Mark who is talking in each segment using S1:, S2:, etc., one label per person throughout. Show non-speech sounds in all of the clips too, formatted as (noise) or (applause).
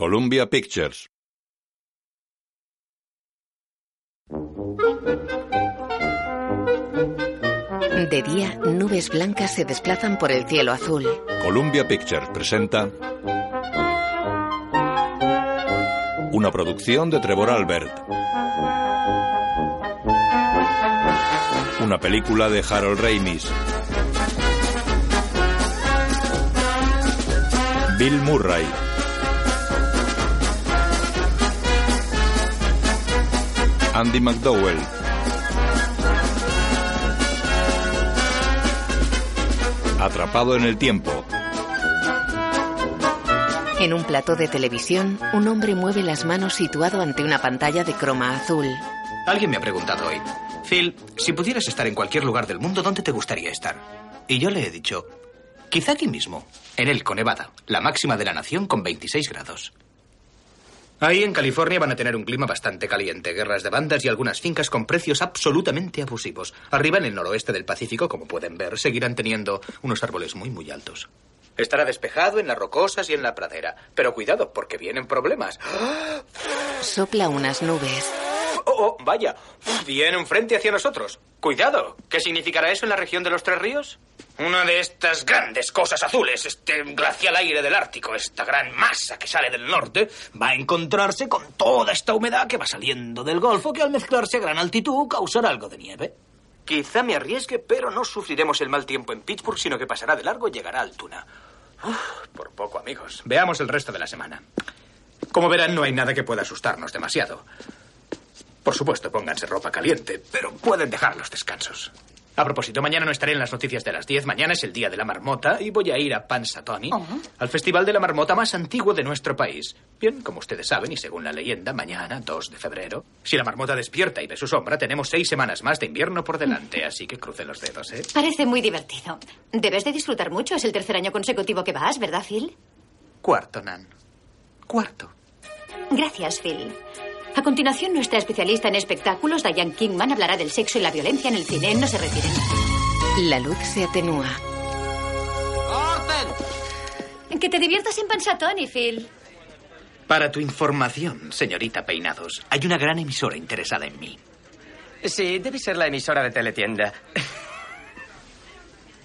S1: Columbia Pictures.
S2: De día, nubes blancas se desplazan por el cielo azul.
S1: Columbia Pictures presenta una producción de Trevor Albert. Una película de Harold Ramis. Bill Murray. Andy McDowell. Atrapado en el tiempo.
S2: En un plató de televisión, un hombre mueve las manos situado ante una pantalla de croma azul.
S3: Alguien me ha preguntado hoy, Phil, si pudieras estar en cualquier lugar del mundo, ¿dónde te gustaría estar? Y yo le he dicho, quizá aquí mismo, en el Nevada, la máxima de la nación con 26 grados. Ahí en California van a tener un clima bastante caliente, guerras de bandas y algunas fincas con precios absolutamente abusivos. Arriba en el noroeste del Pacífico, como pueden ver, seguirán teniendo unos árboles muy muy altos. Estará despejado en las rocosas y en la pradera, pero cuidado porque vienen problemas. ¡Ah!
S2: Sopla unas nubes.
S3: Oh, oh, vaya, vienen frente hacia nosotros. Cuidado. ¿Qué significará eso en la región de los Tres Ríos? Una de estas grandes cosas azules, este glacial aire del Ártico, esta gran masa que sale del norte, va a encontrarse con toda esta humedad que va saliendo del Golfo, que al mezclarse a gran altitud causará algo de nieve. Quizá me arriesgue, pero no sufriremos el mal tiempo en Pittsburgh, sino que pasará de largo y llegará a Altuna. Uf, por poco, amigos. Veamos el resto de la semana. Como verán, no hay nada que pueda asustarnos demasiado. Por supuesto, pónganse ropa caliente, pero pueden dejar los descansos. A propósito, mañana no estaré en las noticias de las 10. Mañana es el día de la marmota y voy a ir a Pansatoni, al festival de la marmota más antiguo de nuestro país. Bien, como ustedes saben, y según la leyenda, mañana, 2 de febrero, si la marmota despierta y ve su sombra, tenemos seis semanas más de invierno por delante, así que crucen los dedos, ¿eh?
S4: Parece muy divertido. Debes de disfrutar mucho. Es el tercer año consecutivo que vas, ¿verdad, Phil?
S3: Cuarto, Nan. Cuarto.
S4: Gracias, Phil. A continuación, nuestra especialista en espectáculos, Diane Kingman, hablará del sexo y la violencia en el cine. No se retiren.
S2: La luz se atenúa.
S4: Que te diviertas en Pansatoni, Phil.
S3: Para tu información, señorita Peinados, hay una gran emisora interesada en mí.
S5: Sí, debe ser la emisora de Teletienda.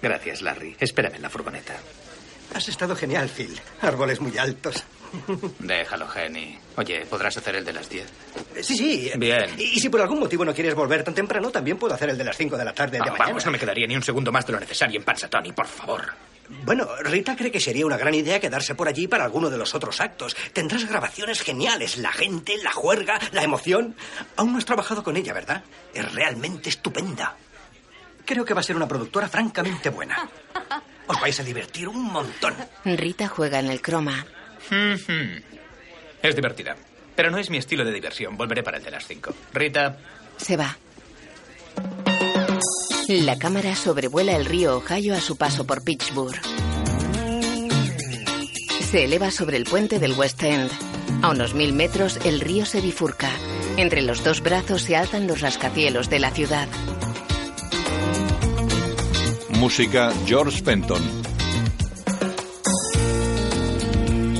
S3: Gracias, Larry. Espérame en la furgoneta.
S6: Has estado genial, Phil. Árboles muy altos.
S3: Déjalo, Jenny. Oye, ¿podrás hacer el de las 10?
S6: Sí, sí.
S3: Bien.
S6: Y si por algún motivo no quieres volver tan temprano, también puedo hacer el de las 5 de la tarde de
S3: Ah,
S6: mañana.
S3: vamos, no me quedaría ni un segundo más de lo necesario en Pansatoni, por favor.
S6: Bueno, Rita cree que sería una gran idea quedarse por allí para alguno de los otros actos. Tendrás grabaciones geniales, la gente, la juerga, la emoción. Aún no has trabajado con ella, ¿verdad? Es realmente estupenda. Creo que va a ser una productora francamente buena. Os vais a divertir un montón.
S2: Rita juega en el croma.
S3: Es divertida. Pero no es mi estilo de diversión. Volveré para el de las 5. Rita,
S2: Se va. La cámara sobrevuela el río Ohio a su paso por Pittsburgh. Se eleva sobre el puente del West End. A unos mil metros, el río se bifurca. Entre los dos brazos se alzan los rascacielos de la ciudad.
S1: Música George Fenton.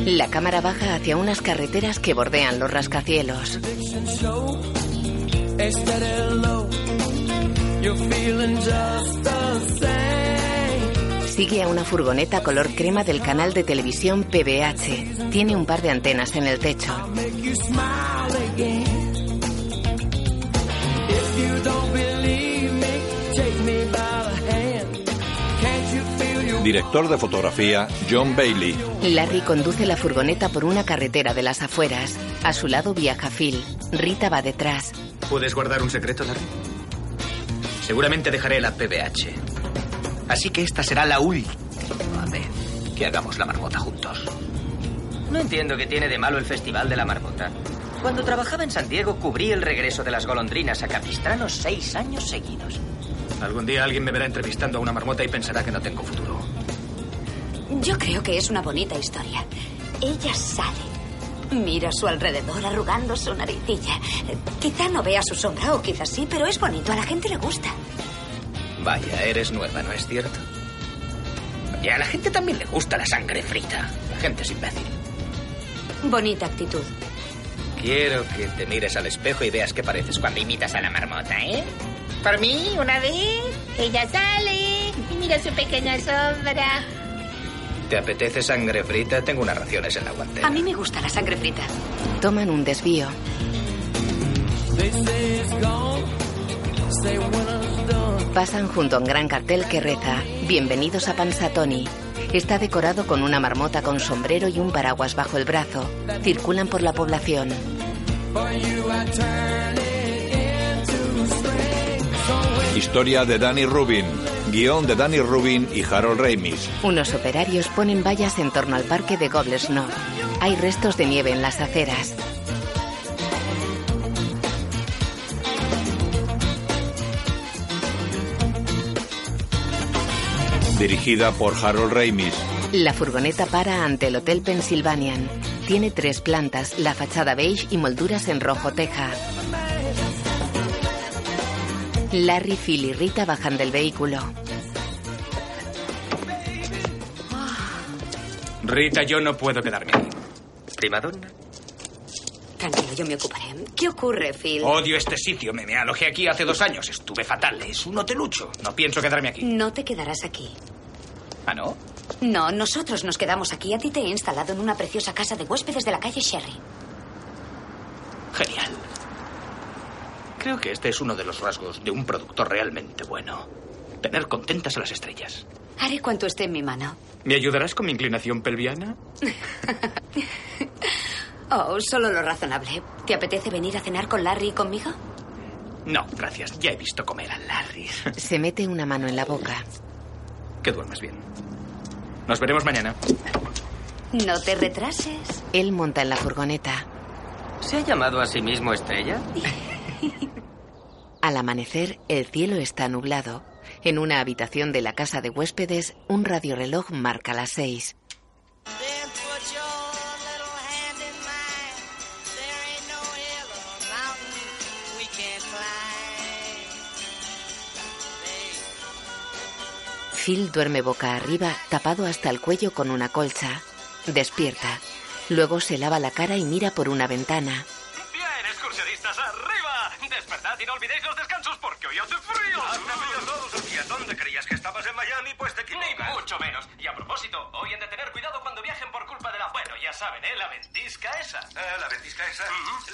S2: La cámara baja hacia unas carreteras que bordean los rascacielos. Sigue a una furgoneta color crema del canal de televisión PBH. Tiene un par de antenas en el techo.
S1: Director de fotografía John Bailey.
S2: Larry conduce la furgoneta por una carretera de las afueras. A su lado viaja Phil. Rita va detrás.
S3: ¿puedes guardar un secreto, Larry? Seguramente dejaré la PBH. Así que esta será la última vez que hagamos la marmota juntos.
S5: No entiendo qué tiene de malo el Festival de la Marmota. Cuando trabajaba en San Diego, cubrí el regreso de las golondrinas a Capistrano seis años seguidos.
S3: Algún día alguien me verá entrevistando a una marmota y pensará que no tengo futuro.
S4: Yo creo que es una bonita historia. Ella sale. Mira a su alrededor arrugando su naricilla. Eh, Quizá no vea su sombra o quizás sí, pero es bonito. A la gente le gusta.
S3: Vaya, eres nueva, ¿no es cierto? Y a la gente también le gusta la sangre frita. La gente es imbécil.
S4: Bonita actitud.
S5: Quiero que te mires al espejo y veas qué pareces cuando imitas a la marmota, ¿eh?
S7: Por mí, una vez, ella sale y mira su pequeña sombra.
S5: ¿Te apetece sangre frita? Tengo unas raciones en la guantera.
S4: A mí me gusta la sangre frita.
S2: Toman un desvío. Pasan junto a un gran cartel que reza Bienvenidos a Pansatoni. Está decorado con una marmota con sombrero y un paraguas bajo el brazo. Circulan por la población.
S1: Historia de Danny Rubin. Guión de Danny Rubin y Harold Ramis.
S2: Unos operarios ponen vallas en torno al parque de Gobles Knob. Hay restos de nieve en las aceras.
S1: Dirigida por Harold Ramis.
S2: La furgoneta para ante el Hotel Pennsylvanian. Tiene tres plantas, la fachada beige y molduras en rojo teja. Larry, Phil y Rita bajan del vehículo.
S3: Rita, yo no puedo quedarme aquí.
S5: Primadonna.
S4: Tranquilo, yo me ocuparé. ¿Qué ocurre, Phil?
S3: Odio este sitio. Me, me alojé aquí hace dos años. Estuve fatal. Es un hotelucho. No pienso quedarme aquí.
S4: No te quedarás aquí.
S3: ¿Ah, no?
S4: No, nosotros nos quedamos aquí. A ti te he instalado en una preciosa casa de huéspedes de la calle Sherry.
S3: Genial. Creo que este es uno de los rasgos de un productor realmente bueno. Tener contentas a las estrellas.
S4: Haré cuanto esté en mi mano.
S3: ¿Me ayudarás con mi inclinación pelviana?
S4: Oh, solo lo razonable. ¿Te apetece venir a cenar con Larry y conmigo?
S3: No, gracias. Ya he visto comer a Larry.
S2: Se mete una mano en la boca.
S3: (laughs) Que duermas bien. Nos veremos mañana.
S4: No te retrases.
S2: Él monta en la furgoneta.
S5: ¿Se ha llamado a sí mismo estrella?
S2: Al amanecer, el cielo está nublado. En una habitación de la casa de huéspedes, un radioreloj marca las seis. Phil duerme boca arriba, tapado hasta el cuello con una colcha. Despierta. Luego se lava la cara y mira por una ventana.
S6: Bien, excursionistas, arriba. Despertad y no olvidéis los descansos porque hoy hace frío. ¿Dónde creías que estabas en Miami? Pues te equivocas. mucho menos. Y a propósito, hoy han de tener cuidado cuando viajen por culpa de la... Bueno, ya saben, ¿eh? La ventisca esa. Eh, la ventisca esa.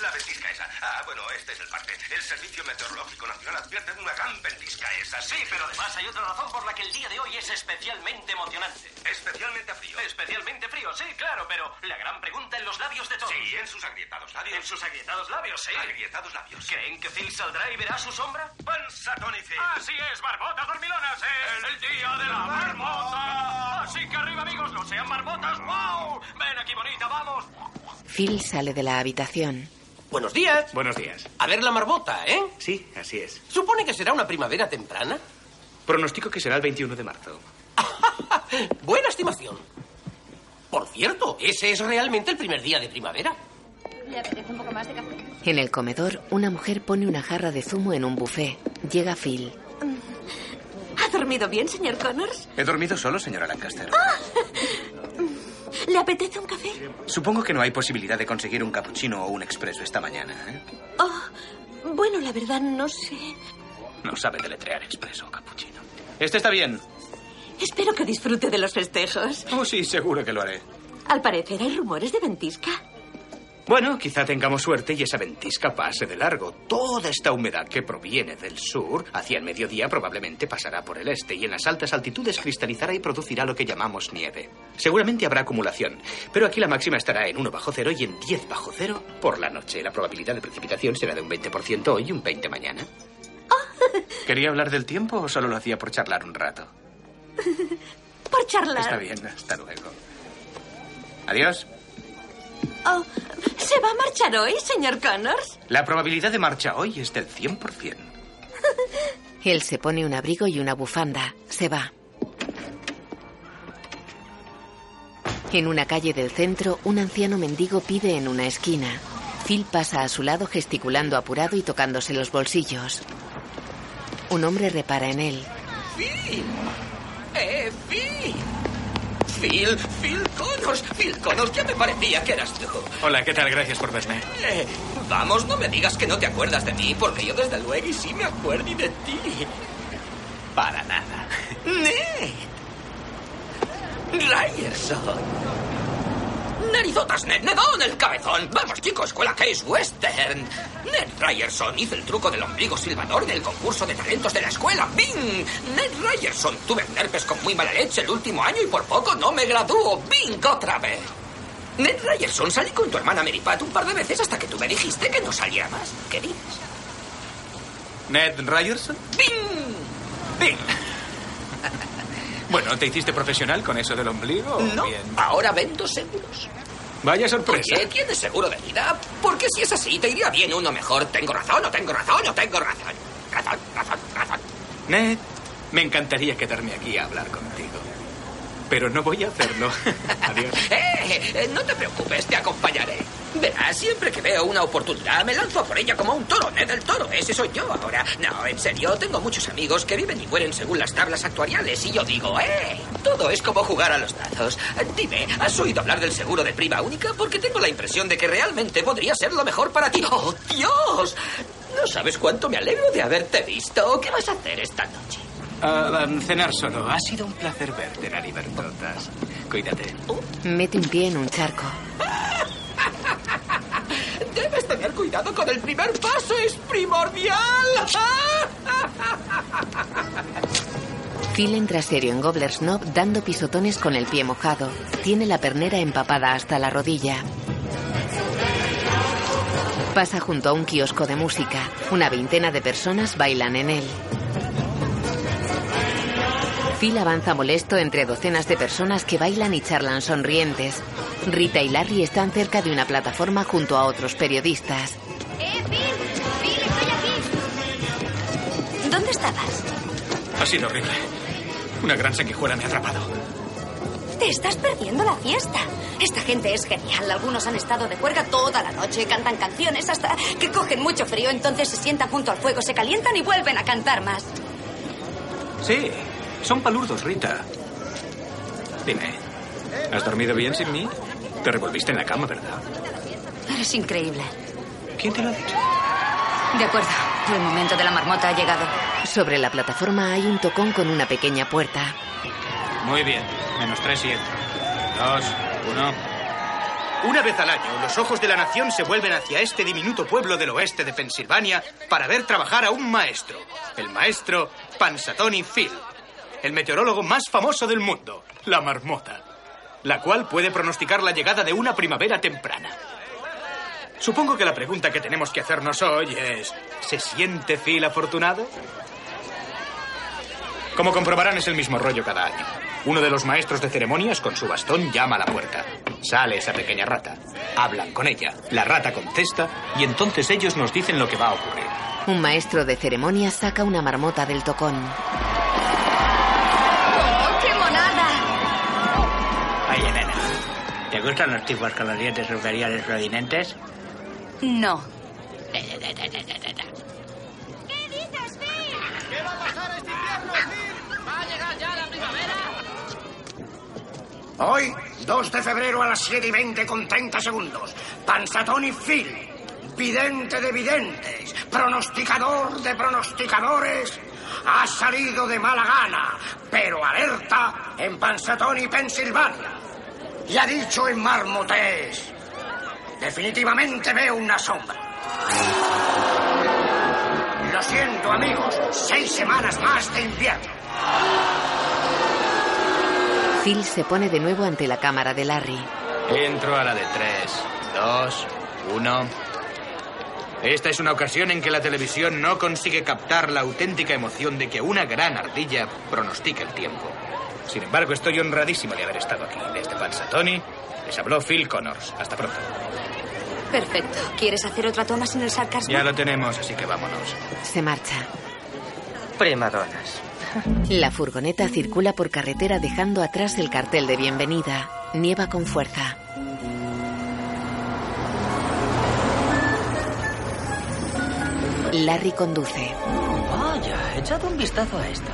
S6: La ventisca esa. Ah, bueno, este es el parte. El Servicio Meteorológico Nacional advierte de una gran ventisca esa. Sí, pero además hay otra razón por la que el día de hoy es especialmente emocionante. Especialmente frío. Especialmente frío, sí, claro, pero la gran pregunta en los labios de todos. Sí, en sus agrietados labios. En sus agrietados labios, sí. Agrietados labios. ¿Creen que Phil saldrá y verá su sombra? Pansatonice. Así es, barbota dormilonas. Es el día de la marmota. Así que arriba, amigos, no sean marmotas. ¡Wow! Ven aquí, bonita, vamos.
S2: Phil sale de la habitación.
S8: Buenos días.
S3: Buenos días.
S8: A ver la marbota, ¿eh?
S3: Sí, así es.
S8: ¿Supone que será una primavera temprana?
S3: Pronostico que será el 21 de marzo.
S8: Buena estimación. Por cierto, ese es realmente el primer día de primavera.
S7: ¿Le apetece un poco más de café?
S2: En el comedor, una mujer pone una jarra de zumo en un buffet. Llega Phil.
S4: ¿Ha dormido bien, señor Connors?
S5: He dormido solo, señora Lancaster.
S4: ¿Le apetece un café?
S5: Supongo que no hay posibilidad de conseguir un cappuccino o un expreso esta mañana, ¿eh?
S4: Oh, bueno, la verdad no sé.
S3: No sabe deletrear expreso o capuchino. Este está bien.
S4: Espero que disfrute de los festejos.
S3: Oh, sí, seguro que lo haré.
S4: Al parecer hay rumores de ventisca.
S3: Bueno, quizá tengamos suerte y esa ventisca pase de largo. Toda esta humedad que proviene del sur, hacia el mediodía probablemente pasará por el este y en las altas altitudes cristalizará y producirá lo que llamamos nieve. Seguramente habrá acumulación, pero aquí la máxima estará en 1 bajo cero y en 10 bajo cero por la noche. La probabilidad de precipitación será de un 20% hoy y un 20% mañana. ¿Quería hablar del tiempo o solo lo hacía por charlar un rato?
S4: Por charlar.
S3: Está bien, hasta luego. Adiós.
S4: Oh, ¿Se va a marchar hoy, señor Connors?
S3: La probabilidad de marcha hoy es del 100%.
S2: Él se pone un abrigo y una bufanda. Se va. En una calle del centro, un anciano mendigo pide en una esquina. Phil pasa a su lado gesticulando apurado y tocándose los bolsillos. Un hombre repara en él.
S8: ¡Phil! ¡Eh, Phil! ¡Phil! ¡Phil Connors!
S3: Connors, Phil Connors, ya me parecía que eras tú.
S9: Hola, ¿qué tal? Gracias por verme.
S3: Eh, vamos, no me digas que no te acuerdas de mí, porque yo desde luego y sí me acuerdo y de ti. Para nada. ¡Ned! ¡Ryerson! ¡Narizotas, Ned! ¡Nedón, el cabezón! ¡Vamos, chicos, escuela Case Western! Ned Ryerson hizo el truco del ombligo silbador del concurso de talentos de la escuela. ¡Bing! Ned Ryerson, tuve nerpes con muy mala leche el último año y por poco no me gradúo. ¡Bing! ¡Otra vez! Ned Ryerson, salí con tu hermana Mary Pat un par de veces hasta que tú me dijiste que no salía más. ¿Qué dices?
S9: ¿Ned Ryerson?
S3: ¡Bing!
S9: ¡Bing! Bueno, ¿te hiciste profesional con eso del ombligo? o
S3: No,
S9: bien?
S3: ahora vendo seguros.
S9: Vaya
S3: ¿Por
S9: sorpresa.
S3: qué tienes seguro de vida? Porque si es así, te iría bien uno mejor. Tengo razón, o tengo razón, o tengo razón. Razón, razón, razón.
S9: Ned, me encantaría quedarme aquí a hablar contigo. Pero no voy
S3: (laughs)
S9: a hacerlo. Adiós.
S3: Eh, eh, no te preocupes, te acompañaré. Verás, siempre que veo una oportunidad me lanzo a por ella como un toro, Ned el toro. Ese soy yo ahora. No, en serio, tengo muchos amigos que viven y mueren según las tablas actuariales y yo digo, ¡eh! Todo es como jugar a los dados. Eh, Dime, ¿has oído hablar del seguro de prima única? Porque tengo la impresión de que realmente podría ser lo mejor para ti. ¡Oh, Dios! No sabes cuánto me alegro de haberte visto. ¿Qué vas a hacer esta noche?
S9: Ah, ah, cenar solo. Ha sido un placer verte, Nari Bertotas. Cuídate.
S3: Oh,
S2: Mete un pie en un charco.
S3: Debes tener cuidado con el primer paso, es primordial. (laughs)
S2: Phil entra serio en Gobbler Snob dando pisotones con el pie mojado. Tiene la pernera empapada hasta la rodilla. Pasa junto a un kiosco de música. Una veintena de personas bailan en él. Phil avanza molesto entre docenas de personas que bailan y charlan sonrientes. Rita y Larry están cerca de una plataforma junto a otros periodistas.
S4: ¿Dónde estabas?
S9: Ha sido horrible. Una gran sanguijuela me ha atrapado.
S4: Te estás perdiendo la fiesta. Esta gente es genial. Algunos han estado de cuerda toda la noche, cantan canciones hasta que cogen mucho frío, entonces se sientan junto al fuego, se calientan y vuelven a cantar más.
S9: Sí, son palurdos, Rita. Dime, ¿has dormido bien sin mí? Te revolviste en la cama, ¿verdad?
S4: Eres increíble.
S9: ¿Quién te lo ha dicho?
S4: De acuerdo, el momento de la marmota ha llegado.
S2: Sobre la plataforma hay un tocón con una pequeña puerta.
S9: Muy bien. Menos tres y entro. Dos, uno.
S10: Una vez al año, los ojos de la nación se vuelven hacia este diminuto pueblo del oeste de Pensilvania para ver trabajar a un maestro, el maestro Pansatoni Phil, el meteorólogo más famoso del mundo, la marmota, la cual puede pronosticar la llegada de una primavera temprana. Supongo que la pregunta que tenemos que hacernos hoy es, ¿se siente Phil afortunado? Como comprobarán, es el mismo rollo cada año. Uno de los maestros de ceremonias con su bastón llama a la puerta. Sale esa pequeña rata. Hablan con ella. La rata contesta y entonces ellos nos dicen lo que va a ocurrir.
S2: Un maestro de ceremonias saca una marmota del tocón.
S4: ¡Qué monada!
S11: Oye, nena, ¿te gustan los tipos con los dientes superiores prominentes?
S4: No.
S6: Hoy, 2 de febrero a las 7 y 20 con 30 segundos. Panzatoni Phil, vidente de videntes, pronosticador de pronosticadores, ha salido de mala gana, pero alerta en Panzatoni, Pensilvania. Y ha dicho en Marmotés, definitivamente veo una sombra. Lo siento, amigos, seis semanas más de invierno.
S2: Phil se pone de nuevo ante la cámara de Larry.
S12: Entro a la de tres, dos, uno. Esta es una ocasión en que la televisión no consigue captar la auténtica emoción de que una gran ardilla pronostica el tiempo. Sin embargo, estoy honradísimo de haber estado aquí. Desde Pansatoni les habló Phil Connors. Hasta pronto.
S4: Perfecto. ¿Quieres hacer otra toma sin el sarcasmo?
S12: Ya lo tenemos, así que vámonos.
S2: Se marcha.
S5: Premadonas.
S2: La furgoneta circula por carretera dejando atrás el cartel de bienvenida. Nieva con fuerza. Larry conduce.
S5: Vaya, echad un vistazo a esto.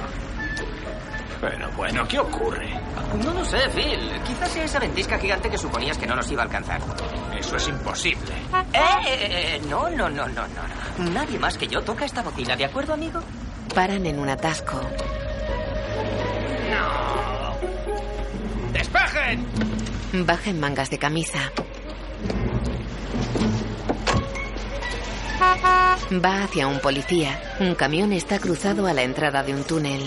S9: Bueno, bueno, ¿qué ocurre?
S5: No lo sé, Phil. Quizá Quizás sea esa ventisca gigante que suponías que no nos iba a alcanzar.
S3: Eso es imposible.
S5: Eh, eh, eh, no, no, no, no, no. Nadie más que yo toca esta bocina, ¿de acuerdo, amigo?
S2: Paran en un atasco.
S13: ¡Despejen!
S2: Baja en mangas de camisa. Va hacia un policía. Un camión está cruzado a la entrada de un túnel.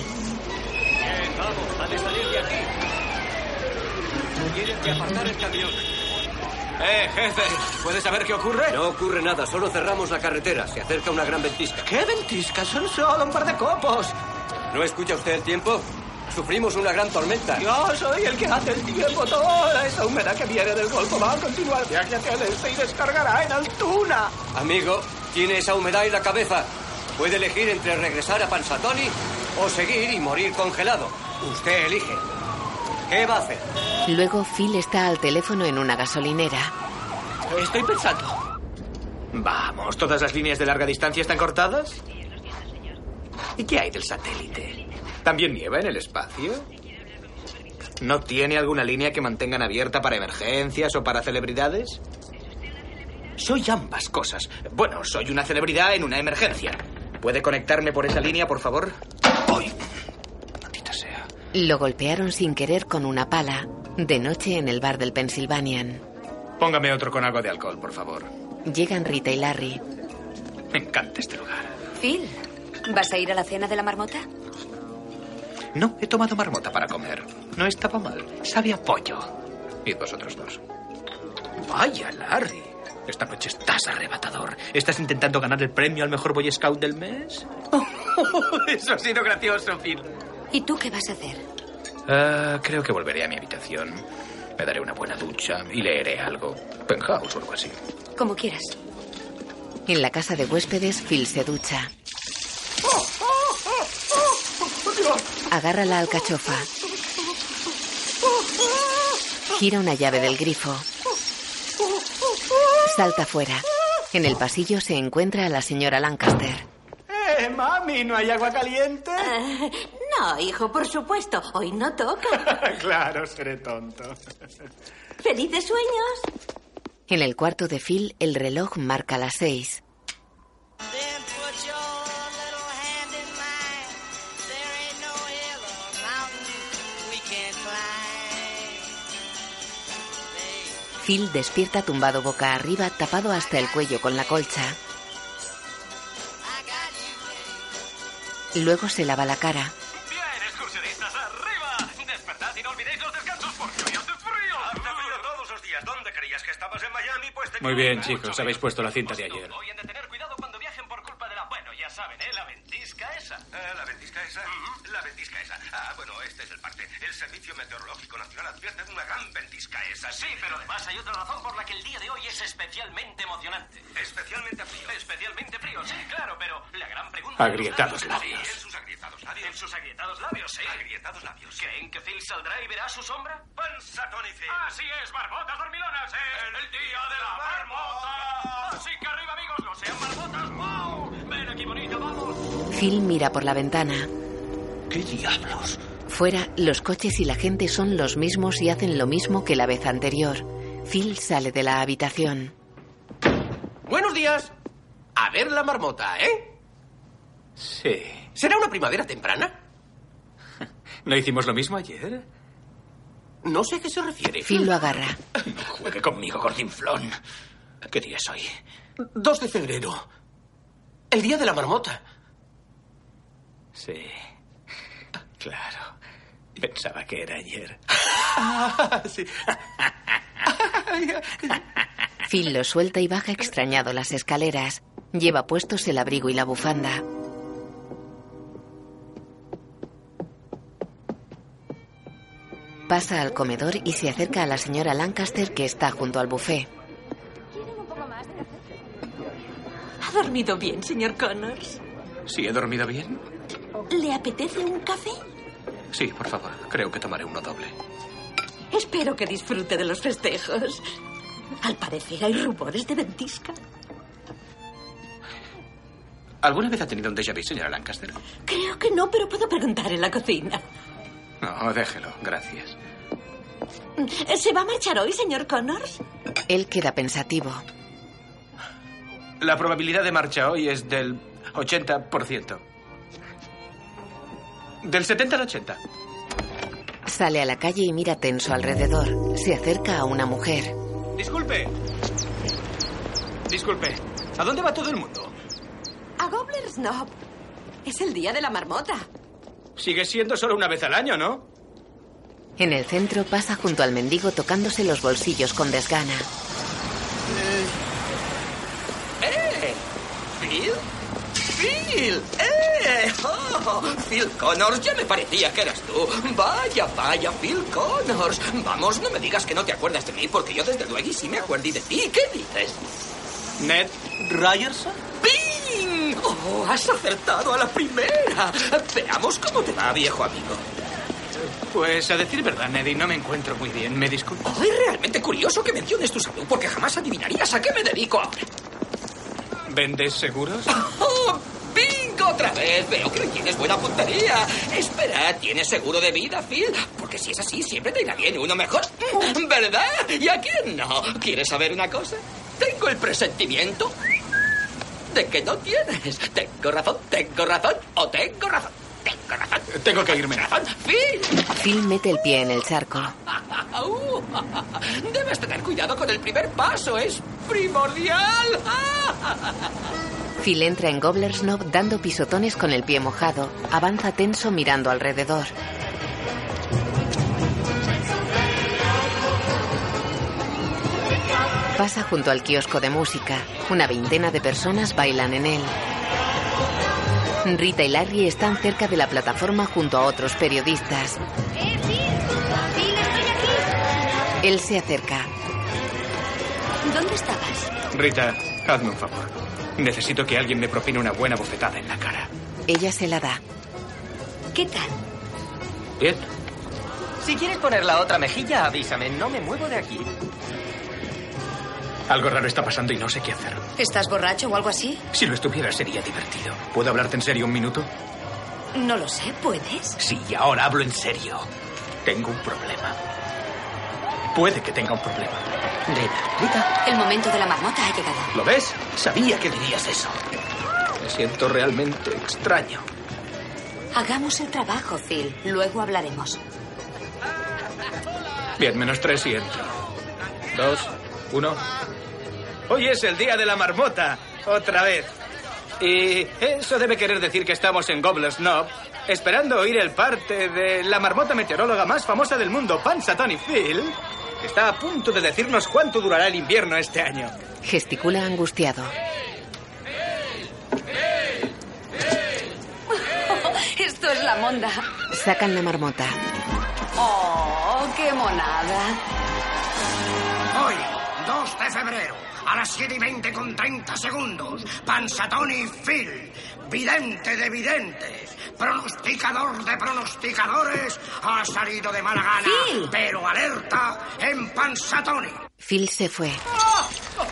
S6: Vamos, a salir de aquí. Tienen que apartar el camión.
S14: Eh, jefe, ¿puedes saber qué ocurre? No ocurre nada, solo cerramos la carretera. Se acerca una gran ventisca. ¿Qué ventisca? Son solo un par de copos. ¿No escucha usted el tiempo? Sufrimos una gran tormenta.
S6: Yo soy el que hace el tiempo. Toda esa humedad que viene del Golfo va a continuar viaje hacia el este y descargará en Altuna.
S14: Amigo, tiene esa humedad en la cabeza. Puede elegir entre regresar a Pansatoni o seguir y morir congelado. Usted elige. ¿Qué va a hacer?
S2: Luego Phil está al teléfono en una gasolinera.
S3: Estoy pensando. Vamos, ¿todas las líneas de larga distancia están cortadas? ¿Y qué hay del satélite? ¿También nieva en el espacio? ¿No tiene alguna línea que mantengan abierta para emergencias o para celebridades? Soy ambas cosas. Bueno, soy una celebridad en una emergencia. ¿Puede conectarme por esa línea, por favor?
S2: Lo golpearon sin querer con una pala. De noche en el bar del Pennsylvanian.
S3: Póngame otro con algo de alcohol, por favor.
S2: Llegan Rita y Larry.
S3: Me encanta este lugar.
S15: Phil, ¿vas a ir a la cena de la marmota?
S3: No, he tomado marmota para comer. No estaba mal. Sabe a pollo. Y vosotros dos. Vaya, Larry. Esta noche estás arrebatador. ¿Estás intentando ganar el premio al mejor Boy Scout del mes? (laughs) Oh, Eso ha sido gracioso, Phil.
S15: ¿Y tú qué vas a hacer?
S3: Ah, creo que volveré a mi habitación. Me daré una buena ducha y leeré algo. Penthouse o algo así.
S15: Como quieras.
S2: En la casa de huéspedes, Phil se ducha. Agarra la alcachofa. Gira una llave del grifo. Salta fuera. En el pasillo se encuentra a la señora Lancaster.
S6: Eh, mami, ¿no hay agua caliente?
S3: Eh.
S15: no, hijo, por supuesto. Hoy no toca.
S6: (laughs)
S12: (laughs)
S6: claro, seré tonto.
S15: ¡Felices sueños!
S2: En el cuarto de Phil, el reloj marca las seis. Phil despierta tumbado boca arriba, tapado hasta el cuello con la colcha. Luego se lava la cara.
S3: Muy bien, chicos, habéis puesto la cinta de ayer.
S6: Ya saben, ¿eh? La ventisca esa. la ventisca esa. La ventisca esa. Ah, bueno, este es el parte. El Servicio Meteorológico Nacional advierte de una gran ventisca esa.
S14: Sí, pero además hay otra razón por la que el día de hoy es especialmente emocionante.
S6: Especialmente frío.
S14: Especialmente frío, sí, claro, pero la gran pregunta...
S3: Agrietados labios.
S14: Sí, en sus agrietados labios. En sus agrietados labios, sí. Agrietados labios. ¿Creen que Phil saldrá y verá su sombra?
S6: Pensatón y Phil.
S14: Así es, barbotas dormilonas. Es el día de la marmota. Así que arriba, amigos, no sean barbotas. ¡Wow! Ven aquí, bonito, vamos.
S2: Phil mira por la ventana.
S3: ¿Qué diablos?
S2: Fuera, los coches y la gente son los mismos y hacen lo mismo que la vez anterior. Phil sale de la habitación.
S14: Buenos días. A ver la marmota, ¿eh?
S3: Sí.
S14: ¿Será una primavera temprana?
S3: (laughs) ¿No hicimos lo mismo ayer?
S14: No sé a qué se refiere.
S2: Phil lo agarra.
S14: No juegue conmigo, Gordinflón. ¿Qué día es hoy? 2 de febrero. El día de la marmota.
S3: Sí. Claro. Pensaba que era ayer.
S14: Ah, sí.
S2: Phil lo suelta y baja extrañado las escaleras. Lleva puestos el abrigo y la bufanda. Pasa al comedor y se acerca a la señora Lancaster que está junto al buffet.
S4: ¿Ha dormido bien, señor Connors?
S3: ¿Sí he dormido bien?
S4: ¿Le apetece un café?
S3: Sí, por favor. Creo que tomaré uno doble.
S4: Espero que disfrute de los festejos. Al parecer hay rumores de ventisca.
S3: ¿Alguna vez ha tenido un déjà vu, señora Lancaster?
S4: Creo que no, pero puedo preguntar en la cocina.
S3: No, déjelo. Gracias.
S4: ¿Se va a marchar hoy, señor Connors?
S2: Él queda pensativo.
S9: La probabilidad de marcha hoy es del 80%. Del 70 al 80.
S2: Sale a la calle y mira tenso alrededor. Se acerca a una mujer.
S9: Disculpe. Disculpe. ¿A dónde va todo el mundo?
S4: A Gobbler's Knob. Es el día de la marmota.
S9: Sigue siendo solo una vez al año, ¿no?
S2: En el centro pasa junto al mendigo tocándose los bolsillos con desgana.
S3: ¡Eh! ¿Phil? ¡Phil! ¡Eh! ¡Oh! ¡Phil Connors! Ya me parecía que eras tú. Vaya, vaya, Phil Connors. Vamos, no me digas que no te acuerdas de mí, porque yo desde luego y sí me acuerdo de ti. ¿Qué dices?
S9: ¿Ned Ryerson?
S3: ¡Bing! ¡Oh, has acertado a la primera! Veamos cómo te va, viejo amigo.
S9: Pues a decir verdad, Neddy, no me encuentro muy bien. Me disculpo.
S3: Oh, es realmente curioso que menciones tu salud, porque jamás adivinarías a qué me dedico ahora.
S9: ¿Vendes seguros?
S3: ¡Oh, bingo otra vez! Veo que le tienes buena puntería. Espera, ¿tienes seguro de vida, Phil? Porque si es así, siempre te irá bien uno
S9: (laughs)
S3: mejor. ¿Verdad? ¿Y a quién no? ¿Quieres saber una cosa? Tengo el presentimiento de que no tienes. Tengo razón, tengo razón o tengo razón. Tengo razón.
S9: Eh, Tengo que irme.
S3: Razón, Phil. (laughs)
S2: Phil mete el pie en el charco.
S3: Au. (laughs) Debes tener cuidado con el primer paso, es primordial.
S2: Phil entra en Gobbler's Knob dando pisotones con el pie mojado. Avanza tenso mirando alrededor. Pasa junto al kiosco de música. Una veintena de personas bailan en él. Rita y Larry están cerca de la plataforma junto a otros periodistas. Él se acerca.
S4: ¿Dónde estabas?
S9: Rita, hazme un favor. Necesito que alguien me propine una buena bofetada en la cara.
S2: Ella se la da.
S4: ¿Qué tal?
S9: Bien.
S5: Si quieres poner la otra mejilla, avísame. No me muevo de aquí.
S9: Algo raro está pasando y no sé qué hacer.
S4: ¿Estás borracho o algo así?
S9: Si lo estuviera sería divertido. ¿Puedo hablarte en serio un minuto?
S4: No lo sé, ¿puedes?
S9: Sí, y ahora hablo en serio. Tengo un problema. Puede que tenga un problema. Rita, Rita,
S4: El momento de la marmota ha llegado.
S9: ¿lo ves? Sabía que dirías eso. Me siento realmente extraño.
S4: Hagamos el trabajo, Phil. Luego hablaremos.
S9: Bien, menos tres y entro. Dos, uno. Hoy es el día de la marmota, otra vez. Y eso debe querer decir que estamos en Gobbler's Knob, esperando oír el parte de la marmota meteoróloga más famosa del mundo, Panza Tony Phil, que está a punto de decirnos cuánto durará el invierno este año.
S2: Gesticula angustiado.
S4: (laughs) Esto es la monda.
S2: Sacan la marmota.
S4: Oh, qué monada.
S16: Hoy, 2 de febrero, a las 7 y 20 con 30 segundos, Panzatón y Phil, vidente de videntes, pronosticador de pronosticadores, ha salido de mala gana, pero alerta en Panzatoni.
S2: Phil se fue.
S16: ¡Ah! ¡Oh,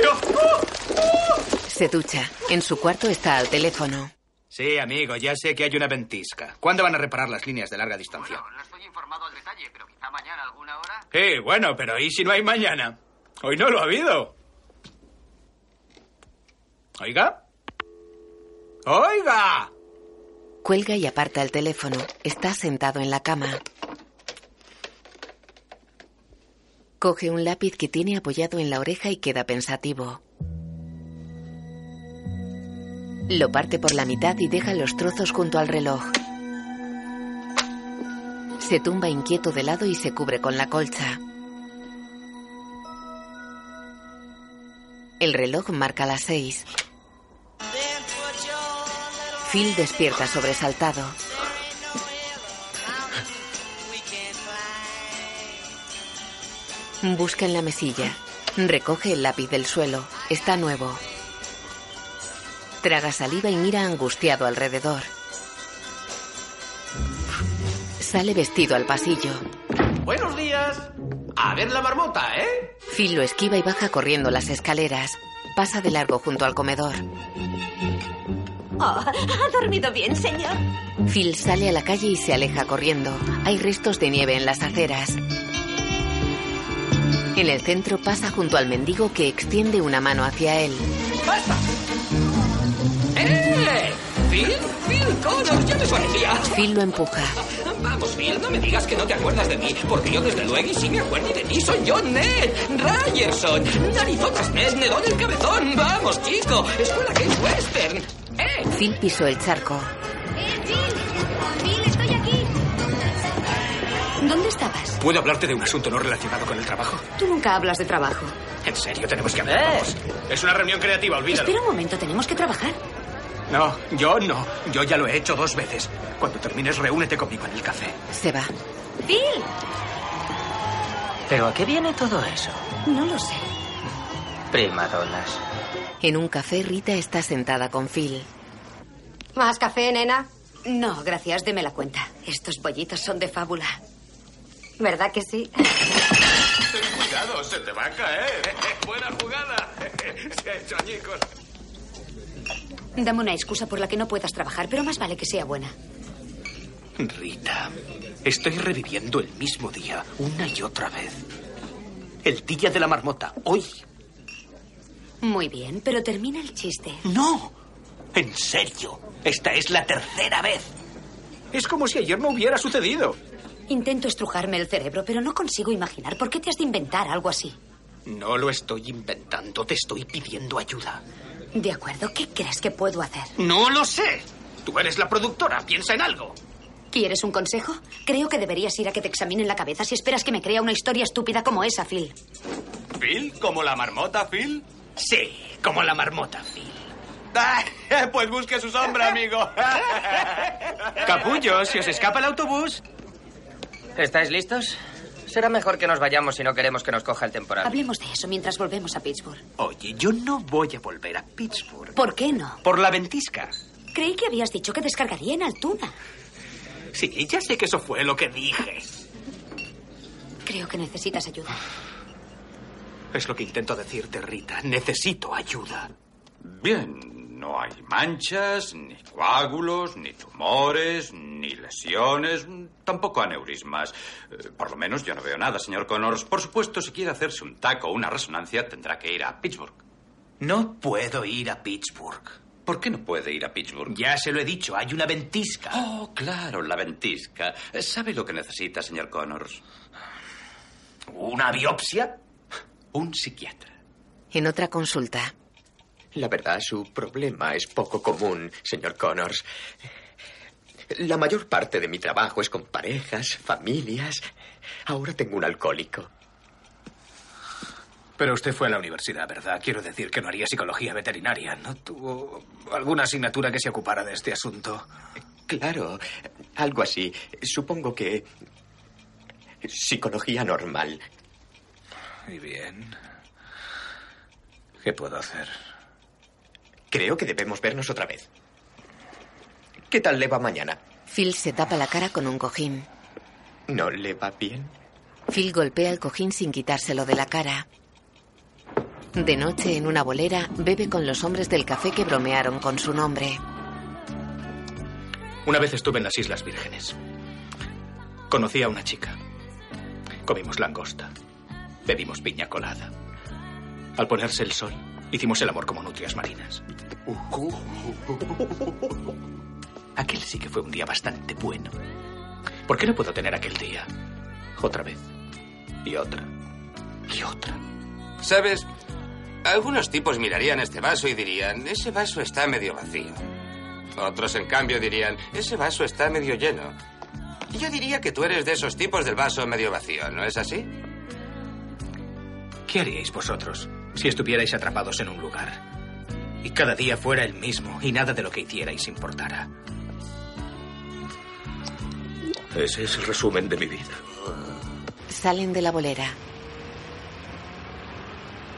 S16: ¡Dios mío! ¡Ah!
S2: Se ducha. En su cuarto está al teléfono.
S17: Sí, amigo, ya sé que hay una ventisca. ¿Cuándo van a reparar las líneas de larga distancia? Sí, bueno, pero ¿y si no hay mañana? Hoy no lo ha habido. Oiga. Oiga.
S2: Cuelga y aparta el teléfono. Está sentado en la cama. Coge un lápiz que tiene apoyado en la oreja y queda pensativo. Lo parte por la mitad y deja los trozos junto al reloj. Se tumba inquieto de lado y se cubre con la colcha. El reloj marca las seis. Phil despierta sobresaltado. Busca en la mesilla. Recoge el lápiz del suelo. Está nuevo. Traga saliva y mira angustiado alrededor. Sale vestido al pasillo.
S18: Buenos días. A ver la marmota, ¿eh?
S2: Phil lo esquiva y baja corriendo las escaleras. Pasa de largo junto al comedor.
S4: Oh, ha dormido bien, señor.
S2: Phil sale a la calle y se aleja corriendo. Hay restos de nieve en las aceras. En el centro pasa junto al mendigo que extiende una mano hacia él.
S19: ¡Basta! ¡Eh! ¿Phil? ¡Phil Connors! ¡Ya me parecía!
S2: Phil lo empuja.
S19: Vamos, Phil, no me digas que no te acuerdas de mí, porque yo desde luego y sí me acuerdo y de ti. Soy John Ned, Ryerson, Narizotas Ned, Nedón el Cabezón. Vamos, chico, escuela que es western.
S2: Phil pisó el charco.
S4: estoy aquí. ¿Dónde estabas?
S3: ¿Puedo hablarte de un asunto no relacionado con el trabajo?
S4: Tú nunca hablas de trabajo.
S3: En serio, tenemos que hablar.
S19: Eh.
S3: vamos. Es una reunión creativa, olvídalo.
S4: Espera un momento, tenemos que trabajar.
S3: No, yo no. Yo ya lo he hecho dos veces. Cuando termines, reúnete conmigo en el café.
S2: Se va.
S4: Phil,
S5: ¿Pero a qué viene todo eso?
S4: no lo sé.
S5: Primadonas.
S2: En un café, Rita está sentada con Phil.
S4: ¿Más café, nena? No, gracias, deme la cuenta. Estos pollitos son de fábula. ¿Verdad que sí?
S20: Ten cuidado, se te va a caer. (laughs) Buena jugada. (laughs) Se ha hecho añicos.
S4: Dame una excusa por la que no puedas trabajar, pero más vale que sea buena.
S3: Rita, estoy reviviendo el mismo día, una y otra vez. El día de la marmota, hoy.
S4: Muy bien, pero termina el chiste.
S3: ¡No! En serio, esta es la tercera vez. Es como si ayer no hubiera sucedido.
S4: Intento estrujarme el cerebro, pero no consigo imaginar por qué te has de inventar algo así.
S3: No lo estoy inventando, te estoy pidiendo ayuda.
S4: De acuerdo, ¿qué crees que puedo hacer?
S3: No lo sé. Tú eres la productora, piensa en algo.
S4: ¿Quieres un consejo? Creo que deberías ir a que te examinen la cabeza si esperas que me crea una historia estúpida como esa, Phil.
S21: ¿Phil? ¿Como la marmota, Phil?
S3: Sí, como la marmota, Phil.
S21: (laughs) pues busque su sombra, amigo.
S3: (laughs)
S5: Capullo, si os escapa el autobús. ¿Estáis listos? Será mejor que nos vayamos si no queremos que nos coja el temporal.
S4: Hablemos de eso mientras volvemos a Pittsburgh.
S3: Oye, yo no voy a volver a Pittsburgh.
S4: ¿Por qué no?
S3: Por la ventisca.
S4: Creí que habías dicho que descargaría en Altuna.
S3: Sí, ya sé que eso fue lo que dije.
S4: Creo que necesitas ayuda.
S3: Es lo que intento decirte, Rita. Necesito ayuda.
S9: Bien, no hay manchas, ni coágulos, ni tumores, ni lesiones, tampoco aneurismas. Eh, Por lo menos yo no veo nada, señor Connors. Por supuesto, si quiere hacerse un taco o una resonancia, tendrá que ir a Pittsburgh.
S3: No puedo ir a Pittsburgh.
S9: ¿Por qué no puede ir a Pittsburgh?
S3: Ya se lo he dicho, hay una ventisca.
S9: Oh, claro, la ventisca. Eh, ¿Sabe lo que necesita, señor Connors?
S3: ¿Una biopsia?
S9: Un psiquiatra.
S2: En otra consulta,
S22: La verdad, su problema es poco común, señor Connors. La mayor parte de mi trabajo es con parejas, familias. Ahora tengo un alcohólico.
S3: Pero usted fue a la universidad, ¿verdad? Quiero decir que no haría psicología veterinaria. ¿No tuvo alguna asignatura que se ocupara de este asunto?
S22: Claro, algo así. Supongo que... Psicología normal.
S3: Muy bien. ¿Qué puedo hacer?
S22: Creo que debemos vernos otra vez. ¿Qué tal le va mañana?
S2: Phil se tapa la cara con un cojín.
S22: ¿No le va bien?
S2: Phil golpea el cojín sin quitárselo de la cara. De noche, en una bolera, bebe con los hombres del café que bromearon con su nombre.
S3: Una vez estuve en las Islas Vírgenes. Conocí a una chica. Comimos langosta. Bebimos piña colada. Al ponerse el sol, hicimos el amor como nutrias marinas. Aquel sí que fue un día bastante bueno. ¿Por qué no puedo tener aquel día? Otra vez. Y otra. Y otra.
S6: ¿Sabes? Algunos tipos mirarían este vaso y dirían, ese vaso está medio vacío. Otros, en cambio, dirían, ese vaso está medio lleno. Yo diría que tú eres de esos tipos del vaso medio vacío, ¿no es así?
S3: ¿Qué haríais vosotros si estuvierais atrapados en un lugar? Y cada día fuera el mismo y nada de lo que hicierais importara. Ese es el resumen de mi vida.
S2: Salen de la bolera.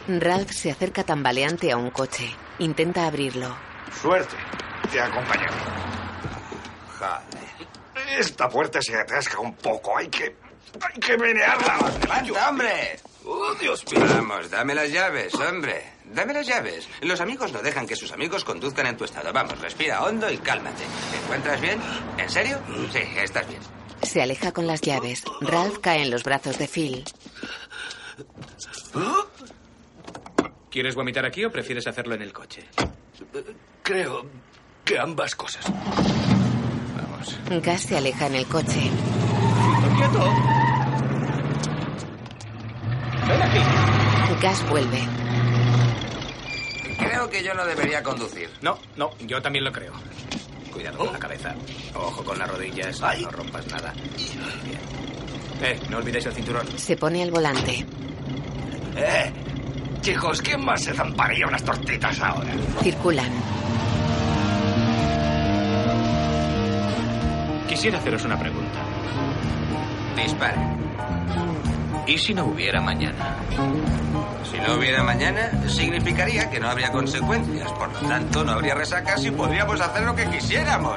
S2: Ralph se acerca tambaleante a un coche. Intenta abrirlo.
S23: Suerte. Te acompaño. Joder. Esta puerta se atasca un poco. Hay que. Hay que menearla.
S6: ¡Levanta, hombre! ¡Oh, Dios mío! Vamos, dame las llaves, hombre. Dame las llaves. Los amigos no dejan que sus amigos conduzcan en tu estado. Vamos, respira hondo y cálmate. ¿Te encuentras bien? ¿En serio?
S9: Mm.
S6: Sí, estás bien.
S2: Se aleja con las llaves. Ralph cae en los brazos de Phil.
S3: ¿Quieres vomitar aquí o prefieres hacerlo en el coche?
S6: Creo que ambas cosas.
S2: Gas se aleja en el coche.
S6: ¡Quieto!
S2: Gas vuelve.
S1: Creo que yo no debería conducir.
S3: No, no, yo también lo creo. Cuidado con la cabeza. Ojo con las rodillas. No rompas nada. Bien. Eh, no olvidéis el cinturón.
S2: Se pone al volante.
S24: Eh, chicos, ¿quién más se zamparía unas tortitas ahora?
S2: Circulan.
S3: Quisiera haceros una pregunta.
S1: Dispare.
S3: ¿Y si no hubiera mañana?
S1: Si no hubiera mañana, significaría que no habría consecuencias. Por lo tanto, no habría resacas y podríamos hacer lo que quisiéramos.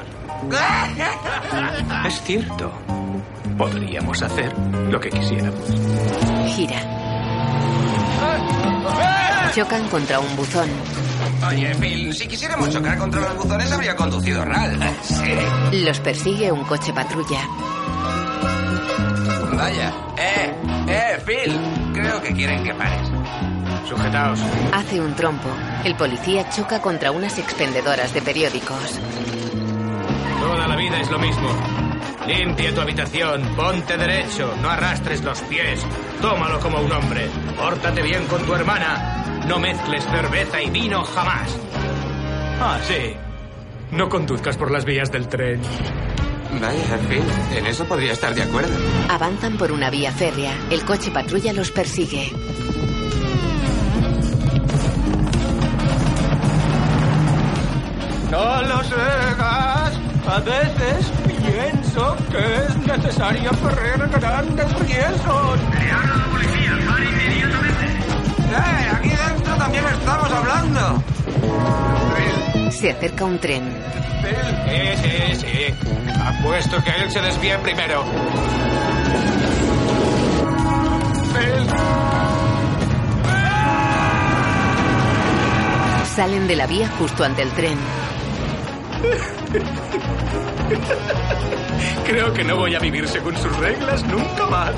S3: Es cierto. Podríamos hacer lo que quisiéramos.
S2: Gira. Chocan contra un buzón.
S1: Oye, Phil, si quisiéramos chocar contra los buzones, habría conducido
S3: (laughs)
S1: RAL. Sí.
S2: Los persigue un coche patrulla.
S1: Vaya. Eh, eh, Phil. Creo que quieren que pares.
S3: Sujetaos.
S2: Hace un trompo. El policía choca contra unas expendedoras de periódicos.
S3: Toda la vida es lo mismo. Limpia tu habitación, ponte derecho, no arrastres los pies, tómalo como un hombre, pórtate bien con tu hermana, no mezcles cerveza y vino jamás. Ah, sí. No conduzcas por las vías del tren.
S1: Vaya, Phil. En eso podría estar de acuerdo.
S2: Avanzan por una vía férrea. El coche patrulla los persigue.
S6: No lo segas. A veces pienso que es necesario correr grandes riesgos. la policía, para inmediatamente.
S1: ¡Eh! Aquí dentro también estamos hablando.
S2: Se acerca un tren.
S3: Sí, sí, sí. Apuesto que él se desvía primero.
S2: Salen de la vía justo ante el tren.
S3: Creo que no voy a vivir según sus reglas nunca más.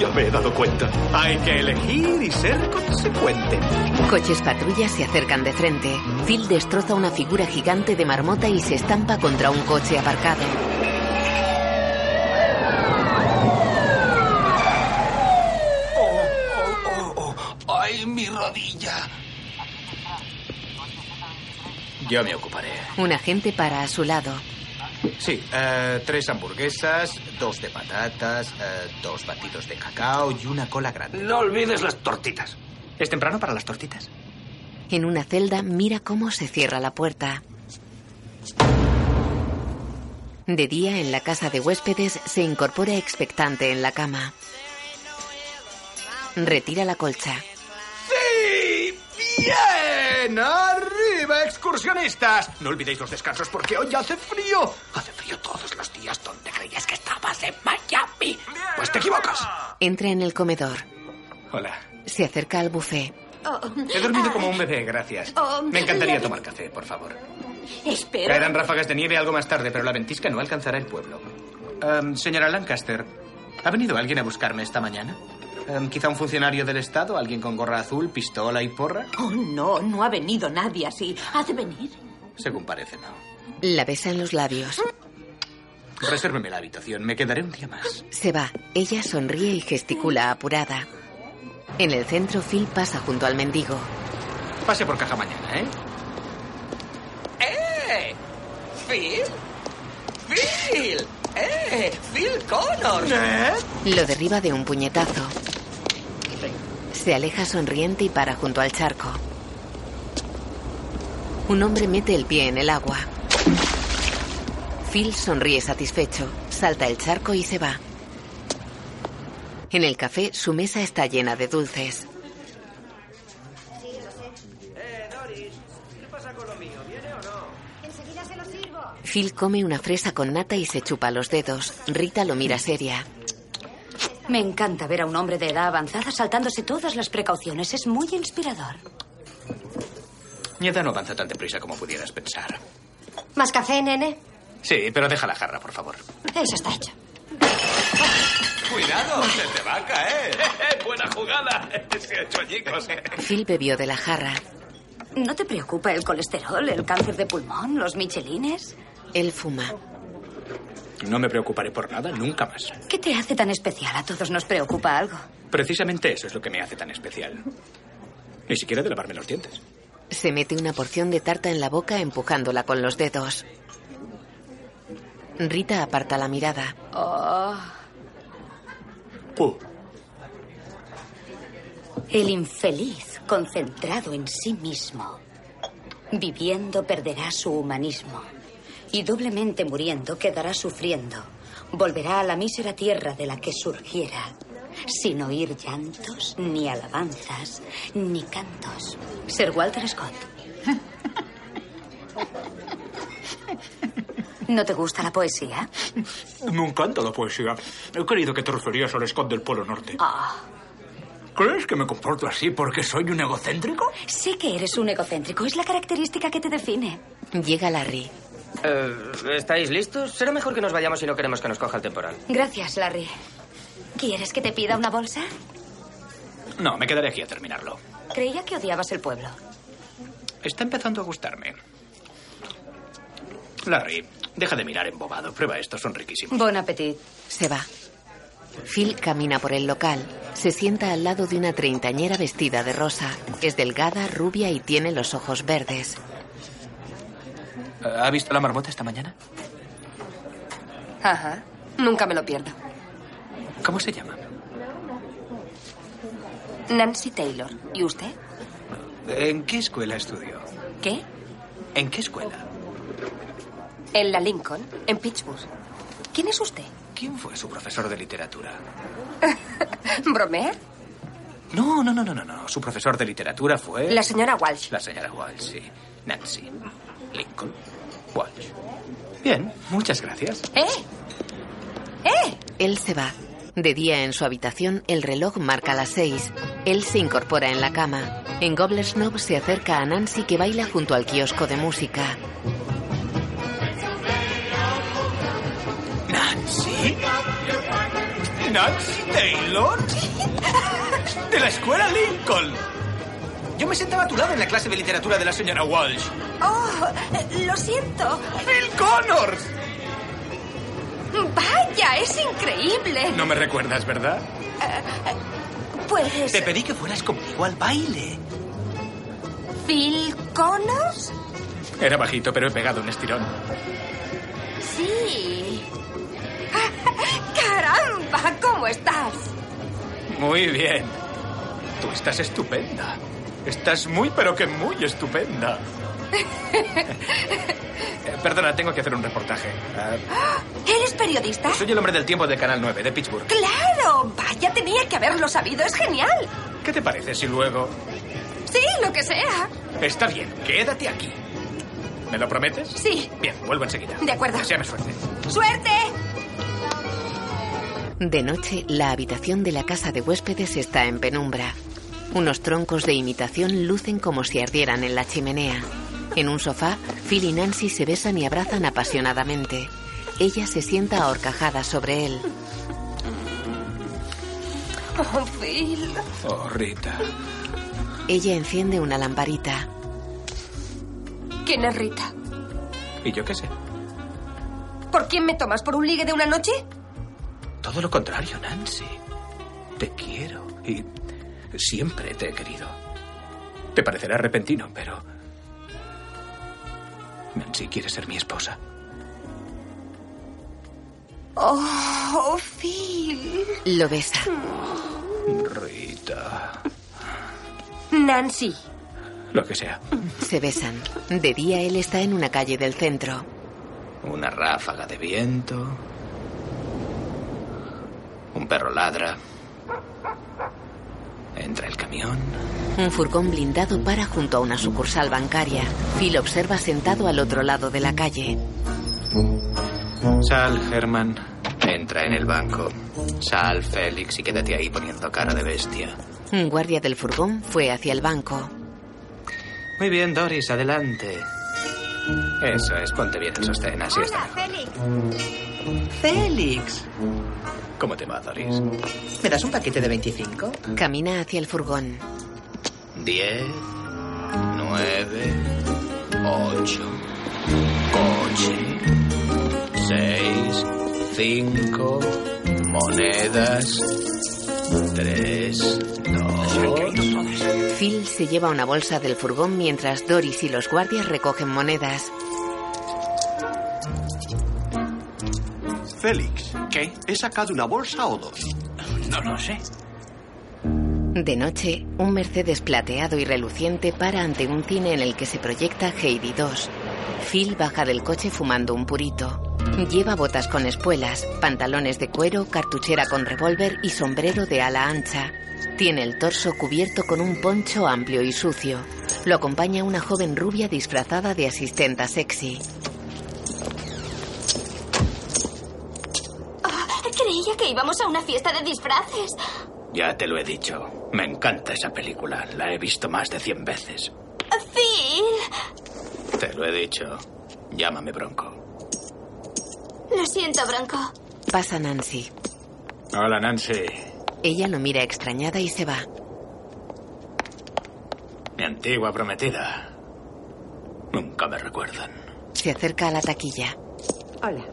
S3: Ya me he dado cuenta. Hay que elegir y ser consecuente.
S2: Coches patrullas se acercan de frente. Phil destroza una figura gigante de marmota y se estampa contra un coche aparcado.
S6: ¡Ay, mi rodilla!
S3: Yo me ocuparé.
S2: Un agente para a su lado.
S3: Sí, eh, tres hamburguesas, dos de patatas, eh, dos batidos de cacao y una cola grande.
S14: No olvides las tortitas.
S3: ¿Es temprano para las tortitas?
S2: En una celda mira cómo se cierra la puerta. De día, en la casa de huéspedes, se incorpora expectante en la cama. Retira la colcha.
S3: ¡Sí! ¡Bien! ¡Arriba, excursionistas! No olvidéis los descansos porque hoy hace frío. Hace frío todos los días donde creías que estabas en Miami. Pues te equivocas.
S2: Entra en el comedor.
S3: Hola.
S2: Se acerca al buffet.
S3: He dormido como un bebé, gracias.
S4: Oh,
S3: Me encantaría
S4: la-
S3: tomar café, por favor.
S4: Espera.
S3: Caerán ráfagas de nieve algo más tarde, pero la ventisca no alcanzará el pueblo. Em, señora Lancaster, ¿ha venido alguien a buscarme esta mañana? Em, ¿Quizá un funcionario del Estado? ¿Alguien con gorra azul, pistola y porra?
S4: Oh, no, no ha venido nadie así. ¿Has de venir?
S3: Según parece, no.
S2: La besa en los labios.
S3: Resérveme la habitación, me quedaré un día más.
S2: Se va. Ella sonríe y gesticula apurada. En el centro, Phil pasa junto al mendigo.
S3: Pase por caja mañana, ¿eh?
S13: ¡Eh! ¡Phil! ¡Phil! ¡Eh! ¡Phil Connors!
S2: Lo derriba de un puñetazo. Se aleja sonriente y para junto al charco. Un hombre mete el pie en el agua. Phil sonríe satisfecho, salta el charco y se va. En el café, su mesa está llena de dulces.
S25: Enseguida se lo sirvo.
S2: Phil come una fresa con nata y se chupa los dedos. Rita lo mira seria.
S15: Me encanta ver a un hombre de edad avanzada saltándose todas las precauciones. Es muy inspirador.
S3: Mi edad no avanza tan deprisa como pudieras pensar.
S25: ¿Más café, nene?
S3: Sí, pero deja la jarra, por favor.
S25: Eso está hecho.
S26: Cuidado, se te va a
S3: (laughs)
S26: caer. Buena jugada. Se ha hecho añicos.
S2: Phil bebió de la jarra.
S4: ¿No te preocupa el colesterol, el cáncer de pulmón, los michelines?
S2: Él fuma.
S9: No me preocuparé por nada nunca más.
S4: ¿Qué te hace tan especial? A todos nos preocupa algo.
S9: Precisamente eso es lo que me hace tan especial. Ni siquiera de lavarme los dientes.
S2: Se mete una porción de tarta en la boca empujándola con los dedos. Rita aparta la mirada.
S4: Oh.
S9: Oh.
S4: El infeliz, concentrado en sí mismo, viviendo perderá su humanismo y doblemente muriendo quedará sufriendo. Volverá a la mísera tierra de la que surgiera, sin oír llantos, ni alabanzas, ni cantos. Sir Walter Scott. ¿No te gusta la poesía?
S9: Me encanta la poesía. He querido que te referías al Scott del Polo Norte.
S4: Ah,
S9: ¿Crees que me comporto así porque soy un egocéntrico?
S4: sé que eres un egocéntrico, es la característica que te define.
S2: Llega Larry.
S5: Eh, ¿Estáis listos? Será mejor que nos vayamos si no queremos que nos coja el temporal.
S4: Gracias, Larry. ¿Quieres que te pida una bolsa?
S9: No, me quedaré aquí a terminarlo.
S4: Creía que odiabas el pueblo.
S9: Está empezando a gustarme. Larry, deja de mirar embobado. Prueba esto, son riquísimos.
S4: Bon appetit.
S2: Se va. Phil camina por el local. Se sienta al lado de una treintañera vestida de rosa. Es delgada, rubia y tiene los ojos verdes.
S9: Eh, ¿Ha visto la marmota esta mañana?
S27: Ajá. Nunca me lo pierdo.
S9: ¿Cómo se llama?
S27: Nancy Taylor. ¿Y usted?
S9: ¿En qué escuela estudió?
S27: ¿Qué?
S9: ¿En qué escuela?
S27: En la Lincoln, en Pittsburgh. ¿Quién es usted?
S9: ¿Quién fue su profesor de literatura?
S27: ¿Bromea?
S9: No, no, no, no, no, no. Su profesor de literatura fue...
S27: La señora Walsh.
S9: La señora Walsh, sí. Nancy. Lincoln. Walsh. Bien, muchas gracias.
S2: ¡Eh! ¡Eh! Él se va. De día en su habitación, el reloj marca las seis. Él se incorpora en la cama. En Gobbler's Knob se acerca a Nancy que baila junto al kiosco de música.
S9: ¿Nancy? ¿Nancy Taylor? De la escuela Lincoln. Yo me sentaba a tu lado en la clase de literatura de la señora Walsh.
S27: ¡Oh! Lo siento.
S9: ¡Phil Connors!
S27: ¡Vaya! ¡Es increíble!
S9: No me recuerdas, ¿verdad?
S27: Pues.
S9: Te pedí que fueras conmigo al baile.
S27: ¿Phil Connors?
S9: Era bajito, pero he pegado un estirón.
S27: Sí. (laughs) ¡Caramba! ¿Cómo estás?
S9: Muy bien. Tú estás estupenda. Estás muy, pero que
S27: (laughs)
S9: muy estupenda. Eh, perdona, tengo que hacer un reportaje. Ah,
S27: ¿Eres periodista?
S9: soy el hombre del tiempo de Canal 9, de Pittsburgh.
S27: ¡Claro! ¡Vaya! Tenía que haberlo sabido. ¡Es genial!
S9: ¿Qué te parece si luego...
S27: Sí, lo que sea.
S9: Está bien, quédate aquí. ¿Me lo prometes?
S27: Sí.
S9: Bien, vuelvo enseguida.
S27: De acuerdo.
S9: Deseame suerte.
S27: ¡Suerte!
S2: De noche, la habitación de la casa de huéspedes está en penumbra. Unos troncos de imitación lucen como si ardieran en la chimenea. En un sofá, Phil y Nancy se besan y abrazan apasionadamente. Ella se sienta ahorcajada sobre él.
S27: Oh, Phil.
S9: Oh, Rita.
S2: Ella enciende una lamparita.
S27: ¿Quién es Rita?
S9: ¿Y yo qué sé?
S27: ¿Por quién me tomas? ¿Por un ligue de una noche?
S9: Todo lo contrario, Nancy. Te quiero y siempre te he querido. Te parecerá repentino, pero... Nancy quiere ser mi esposa.
S27: Oh, Phil.
S2: Lo besa.
S9: Rita.
S27: Nancy.
S9: Lo que sea.
S2: Se besan. De día, él está en una calle del centro.
S3: Una ráfaga de viento. Un perro ladra. Entra el camión.
S2: Un furgón blindado para junto a una sucursal bancaria. Phil observa sentado al otro lado de la calle.
S3: Sal, Herman. Entra en el banco. Sal, Félix, y quédate ahí poniendo cara de bestia.
S2: Un guardia del furgón fue hacia el banco.
S3: Muy bien, Doris, adelante. Eso es, ponte bien el sostén, así está.
S28: Félix.
S9: Félix,
S3: ¿Cómo te va, Doris?
S9: ¿me das un paquete de 25?
S2: Camina hacia el furgón.
S3: Diez, nueve, ocho, coche, seis, cinco, monedas, tres, dos.
S2: Phil se lleva una bolsa del furgón mientras Doris y los guardias recogen monedas.
S6: Félix. ¿Qué? ¿He sacado una bolsa o dos? No lo sé.
S2: De noche, un Mercedes plateado y reluciente para ante un cine en el que se proyecta Heidi 2. Phil baja del coche fumando un purito. Lleva botas con espuelas, pantalones de cuero, cartuchera con revólver y sombrero de ala ancha. Tiene el torso cubierto con un poncho amplio y sucio. Lo acompaña una joven rubia disfrazada de asistenta sexy.
S24: Creía que íbamos a una fiesta de disfraces.
S3: Ya te lo he dicho. Me encanta esa película. La he visto más de cien veces.
S24: Phil.
S3: Te lo he dicho. Llámame Bronco.
S24: Lo siento, Bronco.
S2: Pasa Nancy.
S3: Hola, Nancy.
S2: Ella lo mira extrañada y se va.
S3: Mi antigua prometida. Nunca me recuerdan.
S2: Se acerca a la taquilla.
S9: Hola.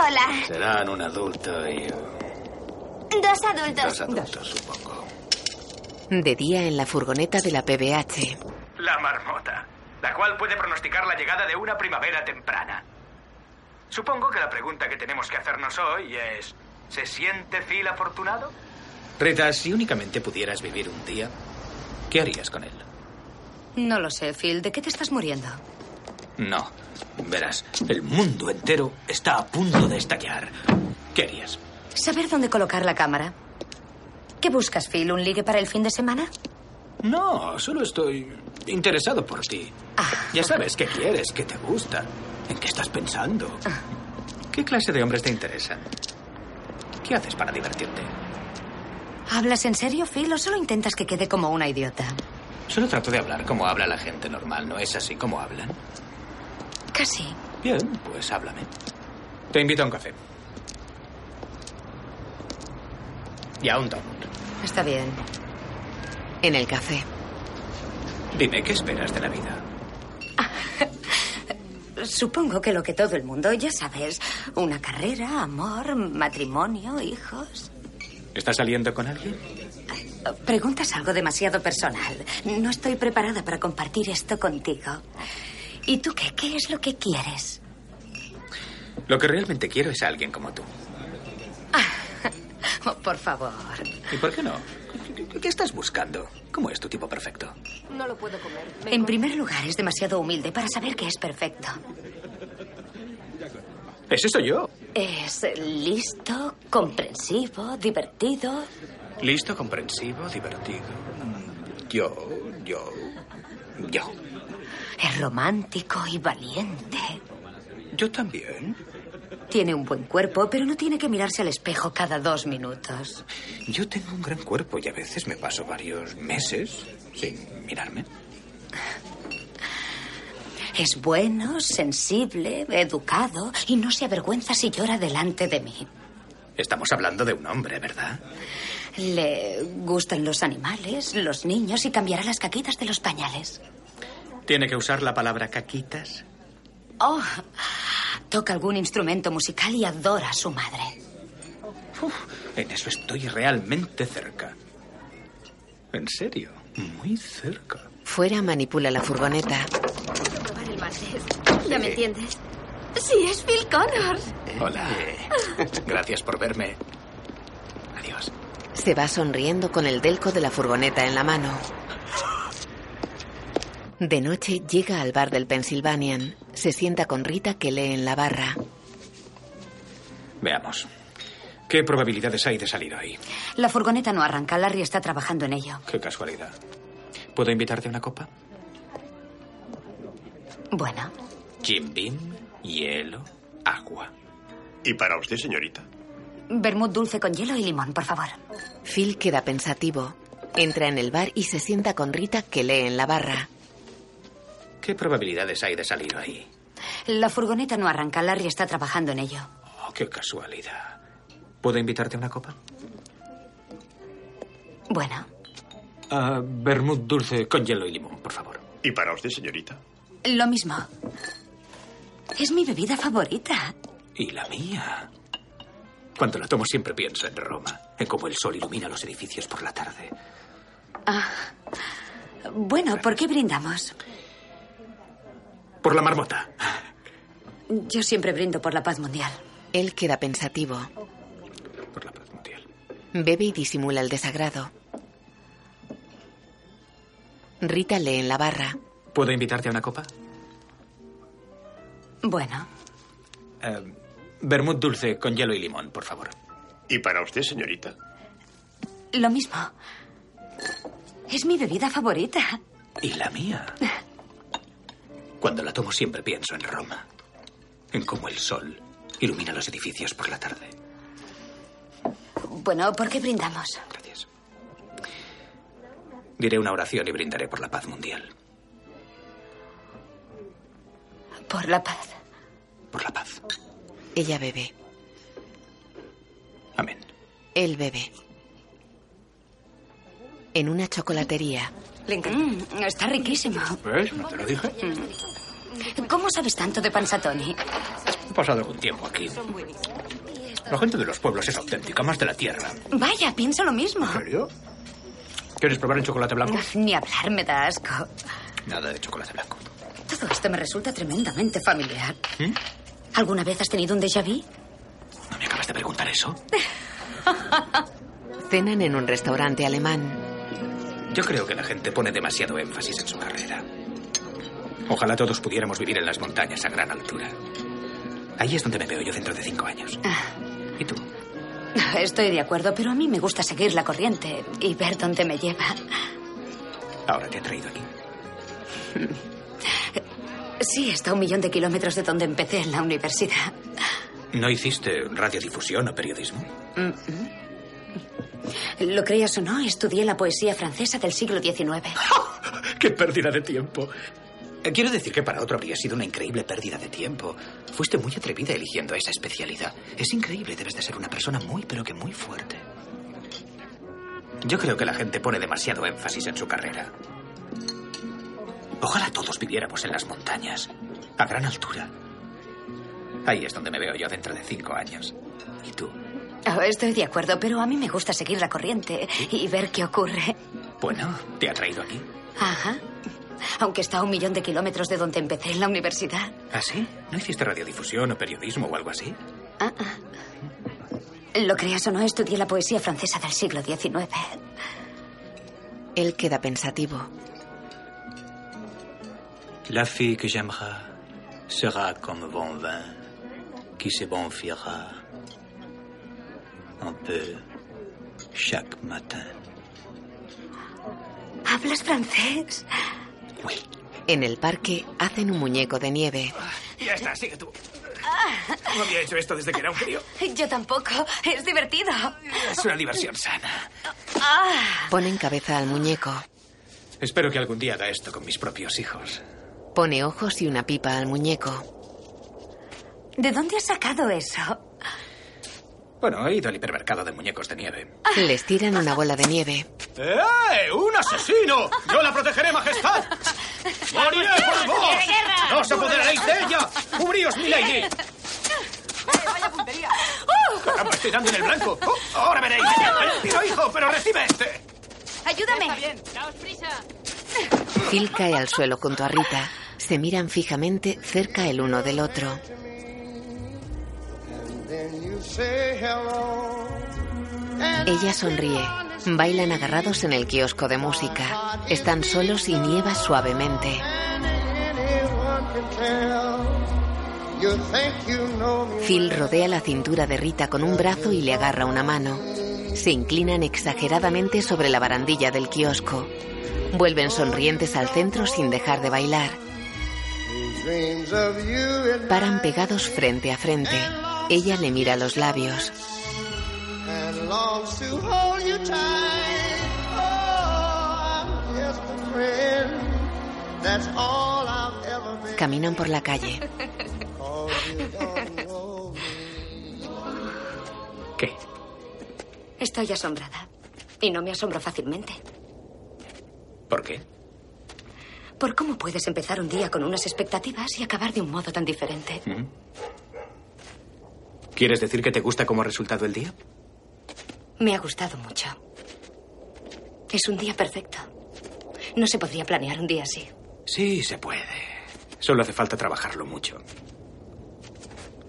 S24: Hola.
S3: Serán un adulto y
S24: Dos adultos.
S3: dos adultos.
S2: De día en la furgoneta de la PBH.
S29: La marmota, la cual puede pronosticar la llegada de una primavera temprana. Supongo que la pregunta que tenemos que hacernos hoy es, ¿se siente Phil afortunado?
S3: Rita, si únicamente pudieras vivir un día, ¿qué harías con él?
S4: No lo sé, Phil. ¿De qué te estás muriendo?
S3: No. Verás, el mundo entero está a punto de estallar. ¿Qué harías?
S4: Saber dónde colocar la cámara. ¿Qué buscas, Phil? ¿Un ligue para el fin de semana?
S3: No, solo estoy interesado por ti. Ya sabes qué quieres, qué te gusta, en qué estás pensando. ¿Qué clase de hombres te interesan? ¿Qué haces para divertirte?
S4: ¿Hablas en serio, Phil, o solo intentas que quede como una idiota?
S3: Solo trato de hablar como habla la gente normal, ¿no es así como hablan?
S4: Casi.
S3: Bien, pues háblame. Te invito a un café. Y a un donut.
S4: Está bien.
S2: En el café.
S3: Dime, ¿qué esperas de la vida?
S4: Supongo que lo que todo el mundo ya sabes. Una carrera, amor, matrimonio, hijos.
S3: ¿Estás saliendo con alguien?
S4: Preguntas algo demasiado personal. No estoy preparada para compartir esto contigo. ¿Y tú qué? ¿Qué es lo que quieres?
S3: Lo que realmente quiero es a alguien como tú.
S4: Oh, por favor.
S3: ¿Y por qué no? ¿Qué- ¿Qué estás buscando? ¿Cómo es tu tipo perfecto?
S30: No lo puedo comer.
S4: En primer lugar, es demasiado humilde para saber que es perfecto.
S3: Ese soy yo.
S4: Es listo, comprensivo, divertido.
S3: Listo, comprensivo, divertido. Yo, yo, yo.
S4: Es romántico y valiente.
S3: Yo también.
S4: Tiene un buen cuerpo, pero no tiene que mirarse al espejo cada dos minutos.
S3: Yo tengo un gran cuerpo y a veces me paso varios meses sin mirarme.
S4: Es bueno, sensible, educado y no se avergüenza si llora delante de mí.
S3: Estamos hablando de un hombre, ¿verdad?
S4: Le gustan los animales, los niños y cambiará las caquitas de los pañales.
S3: ¿Tiene que usar la palabra caquitas?
S4: Oh, toca algún instrumento musical y adora a su madre.
S3: En eso estoy realmente cerca. En serio, muy cerca.
S2: Fuera manipula la furgoneta.
S30: Probar el martes. ¿Ya me entiendes? Sí, es Phil Connors.
S3: Hola. (laughs) Gracias por verme. Adiós.
S2: Se va sonriendo con el delco de la furgoneta en la mano. De noche llega al bar del Pennsylvanian. Se sienta con Rita que lee en la barra.
S3: Veamos. ¿Qué probabilidades hay de salir hoy?
S4: La furgoneta no arranca, Larry está trabajando en ello.
S3: Qué casualidad. ¿Puedo invitarte a una copa?
S4: Bueno,
S3: Jim Beam, hielo, agua.
S31: ¿Y para usted, señorita?
S4: vermut dulce con hielo y limón, por favor.
S2: Phil queda pensativo. Entra en el bar y se sienta con Rita que lee en la barra.
S3: ¿Qué probabilidades hay de salir hoy?
S4: La furgoneta no arranca, Larry está trabajando en ello.
S3: Ok.
S9: Oh, Qué casualidad. ¿Puedo invitarte a una copa?
S4: Bueno,
S9: Ah, vermut dulce con hielo y limón, por favor.
S32: ¿Y para usted, señorita?
S4: lo mismo. Es mi bebida favorita.
S9: Y la mía. Cuando la tomo siempre pienso en Roma, en cómo el sol ilumina los edificios por la tarde.
S4: Ah. Bueno, ¿por qué brindamos?
S9: Por la marmota. (laughs)
S4: Yo siempre brindo por la paz mundial.
S2: Él queda pensativo. Bebe y disimula el desagrado. Rita lee en la barra.
S9: ¿Puedo invitarte a una copa?
S4: Bueno,
S9: Eh, vermut dulce con hielo y limón, por favor.
S32: ¿Y para usted, señorita?
S4: lo mismo. Es mi bebida favorita.
S9: Y la mía. Cuando la tomo siempre pienso en Roma, en cómo el sol ilumina los edificios por la tarde.
S4: Bueno, ¿por qué brindamos?
S9: Diré una oración y brindaré por la paz mundial.
S4: Por la paz.
S9: Por la paz.
S2: Ella bebe.
S9: Amén.
S2: Él bebe. En una chocolatería.
S4: Le Mm, está riquísimo.
S9: ¿Ves? No te lo dije.
S4: ¿Cómo sabes tanto de panzatoni?
S9: He pasado algún tiempo aquí. La gente de los pueblos es auténtica, más de la tierra.
S4: Vaya, pienso lo mismo.
S9: ¿En serio? ¿Quieres probar el chocolate blanco?
S4: Ni hablar me da asco.
S9: Nada de chocolate blanco.
S4: Todo esto me resulta tremendamente familiar.
S9: ¿Mm?
S4: ¿Alguna vez has tenido un déjà vu?
S9: ¿No me acabas de preguntar eso?
S2: Cenan en un restaurante alemán.
S9: Yo creo que la gente pone demasiado énfasis en su carrera. Ojalá todos pudiéramos vivir en las montañas a gran altura. Ahí es donde me veo yo dentro de cinco años. ¿Y tú?
S4: Estoy de acuerdo, pero a mí me gusta seguir la corriente y ver dónde me lleva.
S9: Ahora te he traído aquí.
S4: Sí, está a un millón de kilómetros de donde empecé en la universidad.
S9: ¿No hiciste radiodifusión o periodismo?
S4: Mm, mm. Lo creas o no, estudié la poesía francesa del siglo XIX.
S9: (laughs) ¡Qué pérdida de tiempo! Eh, Quiero decir que para otro habría sido una increíble pérdida de tiempo. Fuiste muy atrevida eligiendo esa especialidad. Es increíble, debes de ser una persona muy, pero que muy fuerte. Yo creo que la gente pone demasiado énfasis en su carrera. Ojalá todos viviéramos en las montañas, a gran altura. Ahí es donde me veo yo dentro de cinco años. ¿Y tú?
S4: Oh, Estoy de acuerdo, pero a mí me gusta seguir la corriente y ver qué ocurre.
S9: Bueno, te ha traído aquí.
S4: Ajá. Aunque está a un millón de kilómetros de donde empecé en la universidad.
S9: ¿Ah, sí? ¿No hiciste radiodifusión o periodismo o algo así?
S4: Ah, ah. Lo creas o no, estudié la poesía francesa del siglo XIX.
S2: Él queda pensativo.
S33: La fille que j'aimerai sera comme bon vin qui se bonfiera un peu chaque matin.
S4: ¿Hablas francés?
S2: En el parque hacen un muñeco de nieve.
S3: Ya está, sigue tú. No había hecho esto desde que era un crío.
S4: (laughs) Yo tampoco. Es divertido.
S3: Es una diversión sana.
S4: Ah,
S2: Ponen cabeza al muñeco.
S9: Espero que algún día haga esto con mis propios hijos.
S2: Pone ojos y una pipa al muñeco.
S4: ¿De dónde has sacado eso?
S9: Bueno, he ido al hipermercado de muñecos de nieve.
S2: Les tiran una bola de nieve.
S3: ¡Eh! ¡Un asesino! ¡Yo la protegeré, majestad! ¡Moriré por vos! ¡No os apoderaréis de ella! ¡Cubríos, mi lady!
S34: ¡Vaya puntería!
S3: ¡Caramba, estoy dando en el blanco! ¡Oh, ¡Ahora veréis! ¡Pero, hijo, pero recibe este!
S34: ¡Ayúdame! Está bien, daos prisa.
S2: Phil cae al suelo junto a Rita. Se miran fijamente cerca el uno del otro. Ella sonríe. Bailan agarrados en el kiosco de música. Están solos y nieva suavemente. Phil rodea la cintura de Rita con un brazo y le agarra una mano. Se inclinan exageradamente sobre la barandilla del kiosco. Vuelven sonrientes al centro sin dejar de bailar. Paran pegados frente a frente. Ella le mira los labios. Caminan por la calle.
S4: Estoy asombrada. Y no me asombro fácilmente.
S3: ¿Por qué?
S4: ¿Por cómo puedes empezar un día con unas expectativas y acabar de un modo tan diferente?
S3: ¿Quieres decir que te gusta cómo ha resultado el día?
S4: Me ha gustado mucho. Es un día perfecto. No se podría planear un día así.
S3: Sí, se puede. Solo hace falta trabajarlo mucho.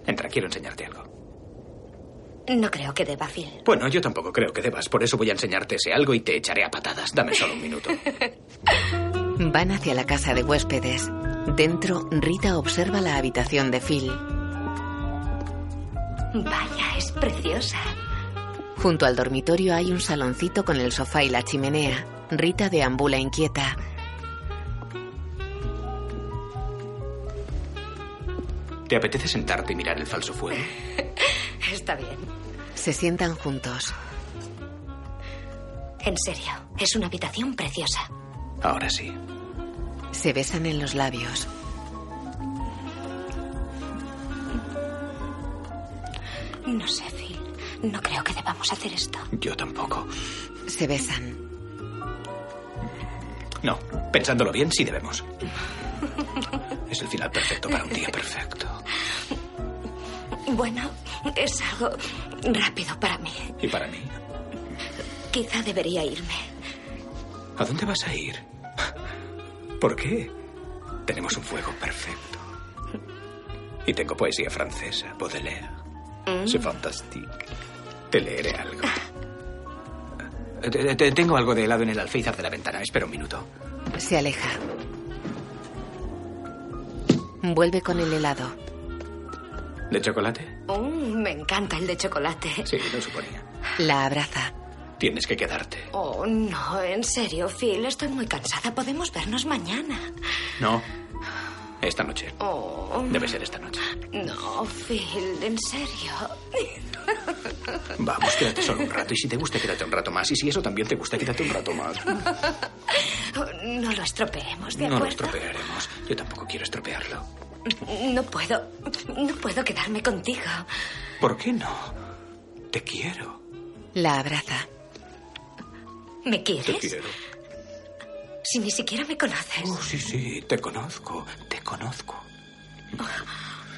S3: Entra, quiero enseñarte algo.
S4: No creo que deba, Phil.
S3: Bueno, yo tampoco creo que debas. Por eso voy a enseñarte ese algo y te echaré a patadas. Dame solo un minuto.
S2: Van hacia la casa de huéspedes. Dentro, Rita observa la habitación de Phil.
S4: Vaya, es preciosa.
S2: Junto al dormitorio hay un saloncito con el sofá y la chimenea. Rita deambula inquieta.
S3: ¿Te apetece sentarte y mirar el falso fuego?
S4: Está bien.
S2: Se sientan juntos.
S4: En serio, es una habitación preciosa.
S3: Ahora sí.
S2: Se besan en los labios.
S4: No sé, Phil. No creo que debamos hacer esto.
S3: Yo tampoco.
S2: Se besan.
S3: No, pensándolo bien, sí debemos. Es el final perfecto para un día perfecto.
S4: Bueno, es algo rápido para mí.
S3: ¿Y para mí?
S4: Quizá debería irme.
S3: ¿A dónde vas a ir? ¿Por qué? Tenemos un fuego perfecto. Y tengo poesía francesa, Baudelaire. C'est fantastique. Te leeré algo. Te- te- Tengo algo de helado en el alféizar de la ventana. Espera un minuto.
S2: Se aleja. Vuelve con el helado.
S3: ¿De chocolate?
S4: Mm, me encanta el de chocolate.
S3: Sí, lo suponía.
S2: La abraza.
S3: Tienes que quedarte.
S4: Oh, no, en serio, Phil, estoy muy cansada. Podemos vernos mañana.
S3: No. Esta noche.
S4: Oh.
S3: Debe ser esta noche.
S4: No, Phil, en serio.
S3: Vamos, quédate solo un rato. Y si te gusta, quédate un rato más. Y si eso también te gusta, quédate un rato más.
S4: Oh, No lo estropeemos, ¿de
S3: No lo
S4: acuerdo?
S3: estropearemos. Yo tampoco quiero estropearlo.
S4: No puedo. No puedo quedarme contigo.
S3: ¿Por qué no? Te quiero.
S2: La abraza.
S4: ¿Me
S3: Te
S4: quieres?
S3: quiero.
S4: Si ni siquiera me conoces.
S3: Oh, sí, sí, te conozco. Te conozco.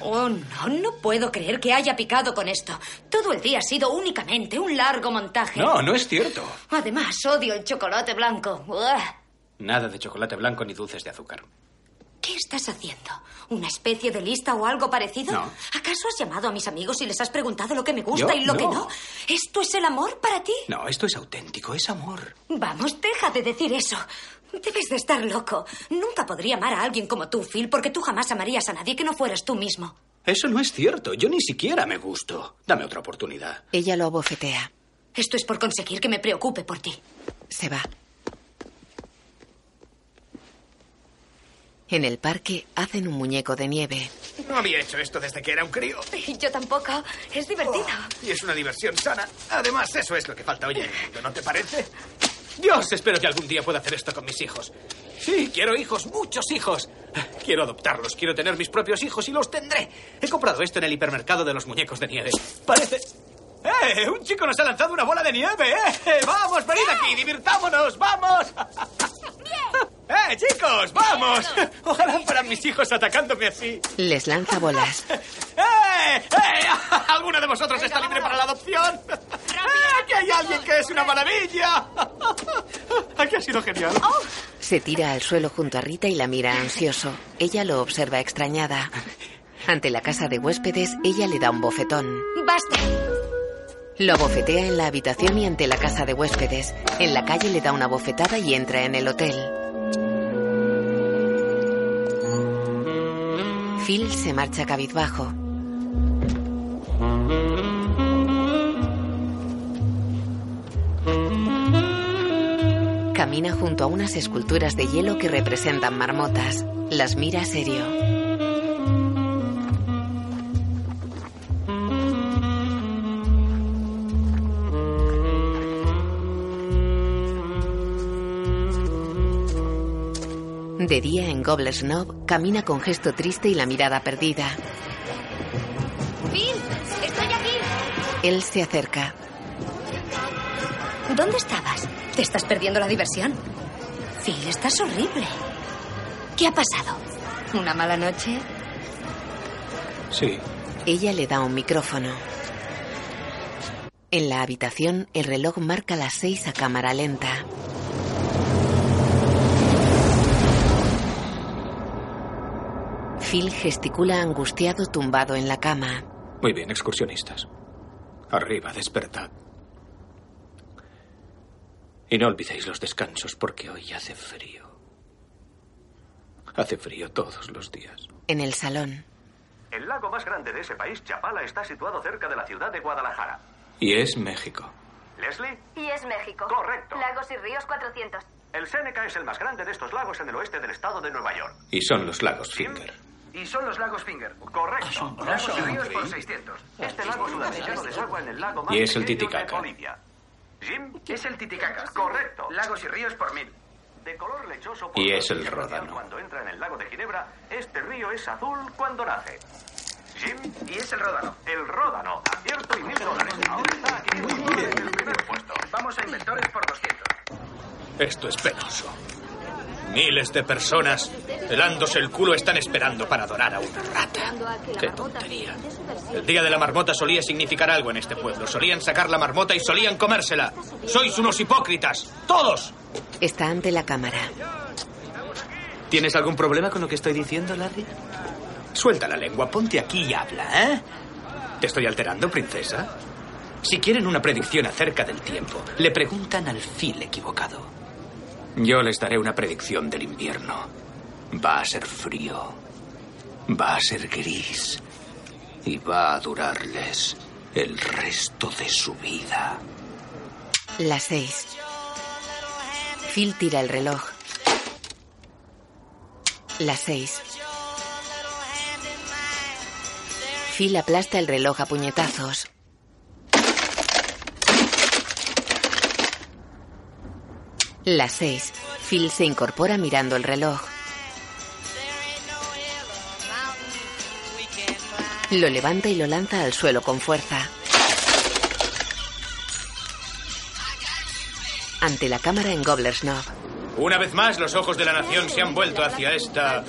S4: Oh, no, no puedo creer que haya picado con esto. Todo el día ha sido únicamente un largo montaje.
S3: No, no es cierto.
S4: Además, odio el chocolate blanco. Uah.
S3: Nada de chocolate blanco ni dulces de azúcar.
S4: ¿Qué estás haciendo? ¿Una especie de lista o algo parecido?
S3: No.
S4: ¿Acaso has llamado a mis amigos y les has preguntado lo que me gusta
S3: Yo
S4: y lo que
S3: no.
S4: no? ¿Esto es el amor para ti?
S3: No, esto es auténtico, es amor.
S4: Vamos, deja de decir eso. Debes de estar loco. Nunca podría amar a alguien como tú, Phil, porque tú jamás amarías a nadie que no fueras tú mismo.
S3: Eso no es cierto. Yo ni siquiera me gusto. Dame otra oportunidad.
S2: Ella lo abofetea.
S4: Esto es por conseguir que me preocupe por ti.
S2: Se va. En el parque hacen un muñeco de nieve.
S9: No había hecho esto desde que era un crío.
S4: Yo tampoco. Es divertido.
S9: Y es una diversión sana. Además, eso es lo que falta hoy en el mundo, ¿no te parece? Dios, espero que algún día pueda hacer esto con mis hijos. Sí, quiero hijos, muchos hijos. Quiero adoptarlos, quiero tener mis propios hijos y los tendré. He comprado esto en el hipermercado de los muñecos de nieve. Parece... ¡Eh! Un chico nos ha lanzado una bola de nieve, ¿eh? ¡Vamos, venid aquí, divirtámonos! ¡Vamos! ¡Eh, chicos! ¡Vamos! Ojalá fueran mis hijos atacándome así.
S2: Les lanza bolas.
S9: ¡Eh! ¡Eh! ¿Alguno de vosotros está libre para la adopción? ¡Eh! ¡Que hay alguien que es una maravilla! Aquí ha sido genial.
S2: Se tira al suelo junto a Rita y la mira ansioso. Ella lo observa extrañada. Ante la casa de huéspedes, ella le da un bofetón.
S4: Basta.
S2: Lo bofetea en la habitación y ante la casa de huéspedes. En la calle le da una bofetada y entra en el hotel. Phil se marcha cabizbajo. Camina junto a unas esculturas de hielo que representan marmotas. Las mira serio. De día en Goblet Snob camina con gesto triste y la mirada perdida.
S34: ¡Phil! ¡Estoy aquí!
S2: Él se acerca.
S4: ¿Dónde estabas? Te estás perdiendo la diversión. Phil, estás horrible. ¿Qué ha pasado? ¿Una mala noche?
S3: Sí.
S2: Ella le da un micrófono. En la habitación, el reloj marca las seis a cámara lenta. Phil gesticula angustiado tumbado en la cama.
S3: Muy bien, excursionistas. Arriba, despertad. Y no olvidéis los descansos porque hoy hace frío. Hace frío todos los días.
S2: En el salón,
S6: El lago más grande de ese país, Chapala, está situado cerca de la ciudad de Guadalajara.
S3: Y es México.
S6: ¿Leslie?
S24: Y es México. Correcto. Lagos y ríos 400.
S6: El Seneca es el más grande de estos lagos en el oeste del estado de Nueva York.
S3: Y son los lagos Finger. Ah,
S6: Y son los lagos Finger. Correcto. Lagos y ríos por 600. Este lago sudamericano desagua en el lago más
S3: Y es el
S6: pequeño de
S3: Titicaca.
S6: Bolivia. Jim, es el Titicaca. Correcto. Lagos y ríos por mil. De color lechoso por
S3: Y es el Ródano.
S6: cuando entra en el lago de Ginebra, este río es azul cuando nace. Jim, y es el Ródano. El Ródano, acierto y mil dólares. Ahora está aquí muy bien en el primer puesto. Vamos a inventores por 200.
S3: Esto es penoso. Miles de personas helándose el culo están esperando para adorar a una rata. Qué tontería. El día de la marmota solía significar algo en este pueblo. Solían sacar la marmota y solían comérsela. Sois unos hipócritas. Todos.
S2: está ante la cámara.
S3: ¿Tienes algún problema con lo que estoy diciendo, Larry? Suelta la lengua, ponte aquí y habla, ¿eh? ¿Te estoy alterando, princesa? Si quieren una predicción acerca del tiempo, le preguntan al fil equivocado. Yo les daré una predicción del invierno. Va a ser frío. Va a ser gris. Y va a durarles el resto de su vida.
S2: Las seis. Phil tira el reloj. Las seis. Phil aplasta el reloj a puñetazos. Las seis. Phil se incorpora mirando el reloj. Lo levanta y lo lanza al suelo con fuerza. Ante la cámara en Gobbler's Knob.
S3: Una vez más, los ojos de la nación se han vuelto hacia esta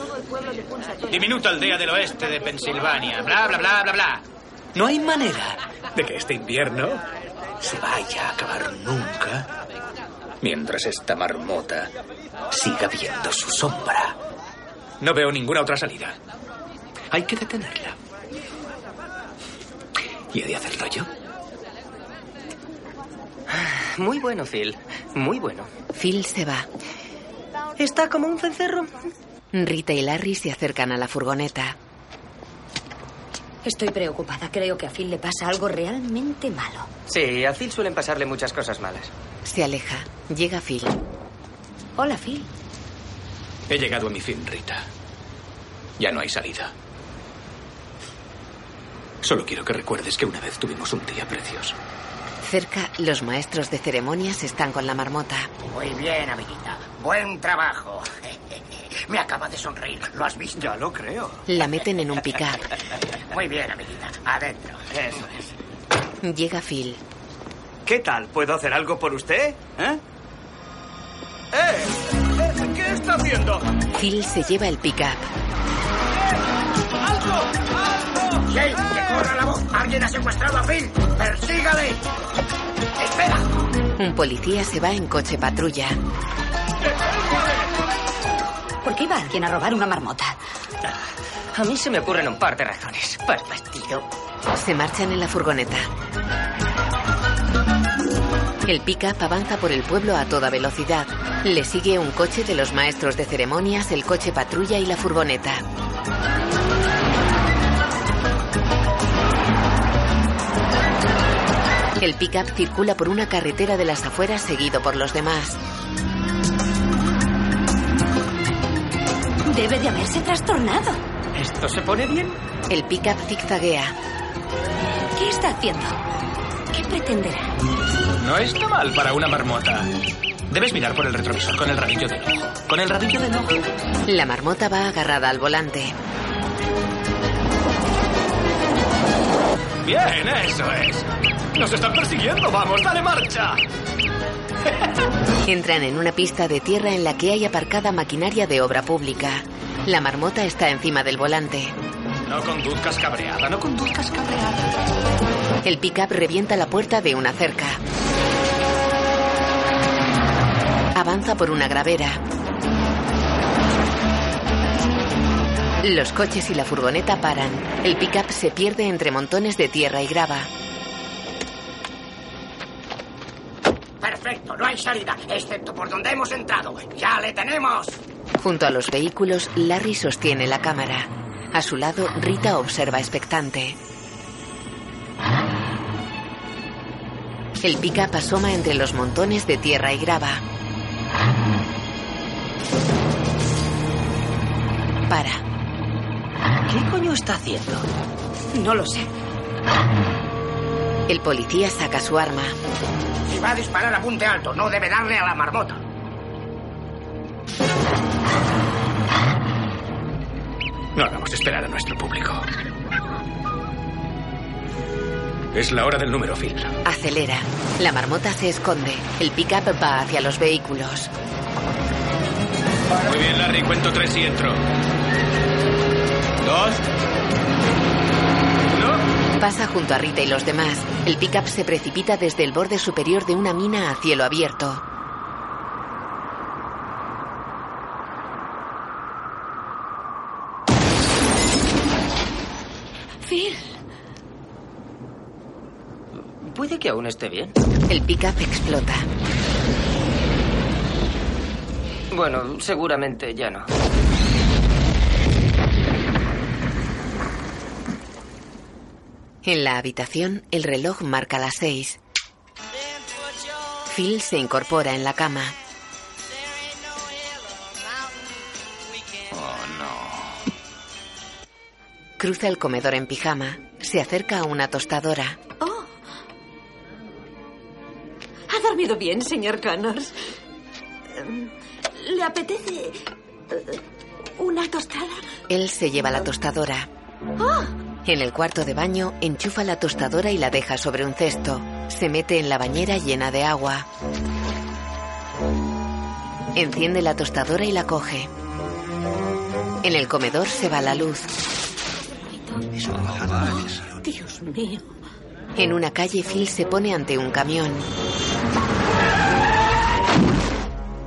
S3: diminuta aldea del oeste de Pensilvania. Bla, bla, bla, bla, bla. No hay manera de que este invierno se vaya a acabar nunca mientras esta marmota siga viendo su sombra. No veo ninguna otra salida. Hay que detenerla. ¿Y he de hacerlo yo?
S9: Muy bueno, Phil. Muy bueno.
S2: Phil se va.
S9: Está como un cencerro.
S2: Rita y Larry se acercan a la furgoneta.
S4: Estoy preocupada. Creo que a Phil le pasa algo realmente malo.
S9: Sí, a Phil suelen pasarle muchas cosas malas.
S2: Se aleja. Llega Phil.
S4: Hola, Phil.
S3: He llegado a mi fin, Rita. Ya no hay salida. Solo quiero que recuerdes que una vez tuvimos un día precioso.
S2: Cerca, los maestros de ceremonias están con la marmota.
S5: Muy bien, amiguita. Buen trabajo. (laughs) Me acaba de sonreír. ¿Lo has visto? Ya lo creo.
S2: La meten en un pick-up.
S5: Muy bien, amiguita. Adentro. Eso es.
S2: Llega Phil.
S5: ¿Qué tal? ¿Puedo hacer algo por usted? ¿Eh? ¡Eh! eh, ¿Qué está haciendo?
S2: Phil se lleva el pick-up.
S5: ¡Jay, que corra la voz! ¡Alguien ha secuestrado a Phil! ¡Persígale! ¡Espera!
S2: Un policía se va en coche patrulla.
S4: ¿Por qué iba alguien a robar una marmota?
S9: A mí se me ocurren un par de razones. Pues fastidio.
S2: Se marchan en la furgoneta. El pick-up avanza por el pueblo a toda velocidad. Le sigue un coche de los maestros de ceremonias, el coche patrulla y la furgoneta. El pick-up circula por una carretera de las afueras seguido por los demás.
S4: Debe de haberse trastornado.
S9: ¿Esto se pone bien?
S2: El pick-up zigzaguea.
S4: ¿Qué está haciendo? ¿Qué pretenderá?
S3: No está mal para una marmota. Debes mirar por el retrovisor con el rabillo del ojo. Con el rabillo del ojo.
S2: La marmota va agarrada al volante.
S3: Bien, eso es. Nos están persiguiendo. Vamos, dale marcha.
S2: Entran en una pista de tierra en la que hay aparcada maquinaria de obra pública. La marmota está encima del volante.
S9: No conduzcas cabreada, no conduzcas cabreada.
S2: El pickup revienta la puerta de una cerca. Avanza por una gravera. Los coches y la furgoneta paran. El pickup se pierde entre montones de tierra y grava.
S24: Perfecto, no hay salida, excepto por donde hemos entrado. ¡Ya le tenemos!
S2: Junto a los vehículos, Larry sostiene la cámara. A su lado, Rita observa expectante. El pickup asoma entre los montones de tierra y grava. Para.
S5: ¿Qué coño está haciendo?
S24: No lo sé.
S2: El policía saca su arma.
S24: Si va a disparar, apunte alto. No debe darle a la marmota.
S6: No hagamos esperar a nuestro público. Es la hora del número, Phil.
S2: Acelera. La marmota se esconde. El pickup va hacia los vehículos.
S6: Muy bien, Larry, cuento tres y entro. Dos.
S2: Pasa junto a Rita y los demás. El pickup se precipita desde el borde superior de una mina a cielo abierto.
S24: Phil.
S5: Puede que aún esté bien.
S2: El pickup explota.
S5: Bueno, seguramente ya no.
S2: En la habitación, el reloj marca las seis. Phil se incorpora en la cama.
S9: Oh, no.
S2: Cruza el comedor en pijama. Se acerca a una tostadora.
S4: Oh. ¿Ha dormido bien, señor Connors? Em, ¿Le apetece eh, una tostada?
S2: Él se lleva la tostadora.
S4: ¡Oh!
S2: En el cuarto de baño, enchufa la tostadora y la deja sobre un cesto. Se mete en la bañera llena de agua. Enciende la tostadora y la coge. En el comedor se va la luz.
S4: Dios mío.
S2: En una calle, Phil se pone ante un camión.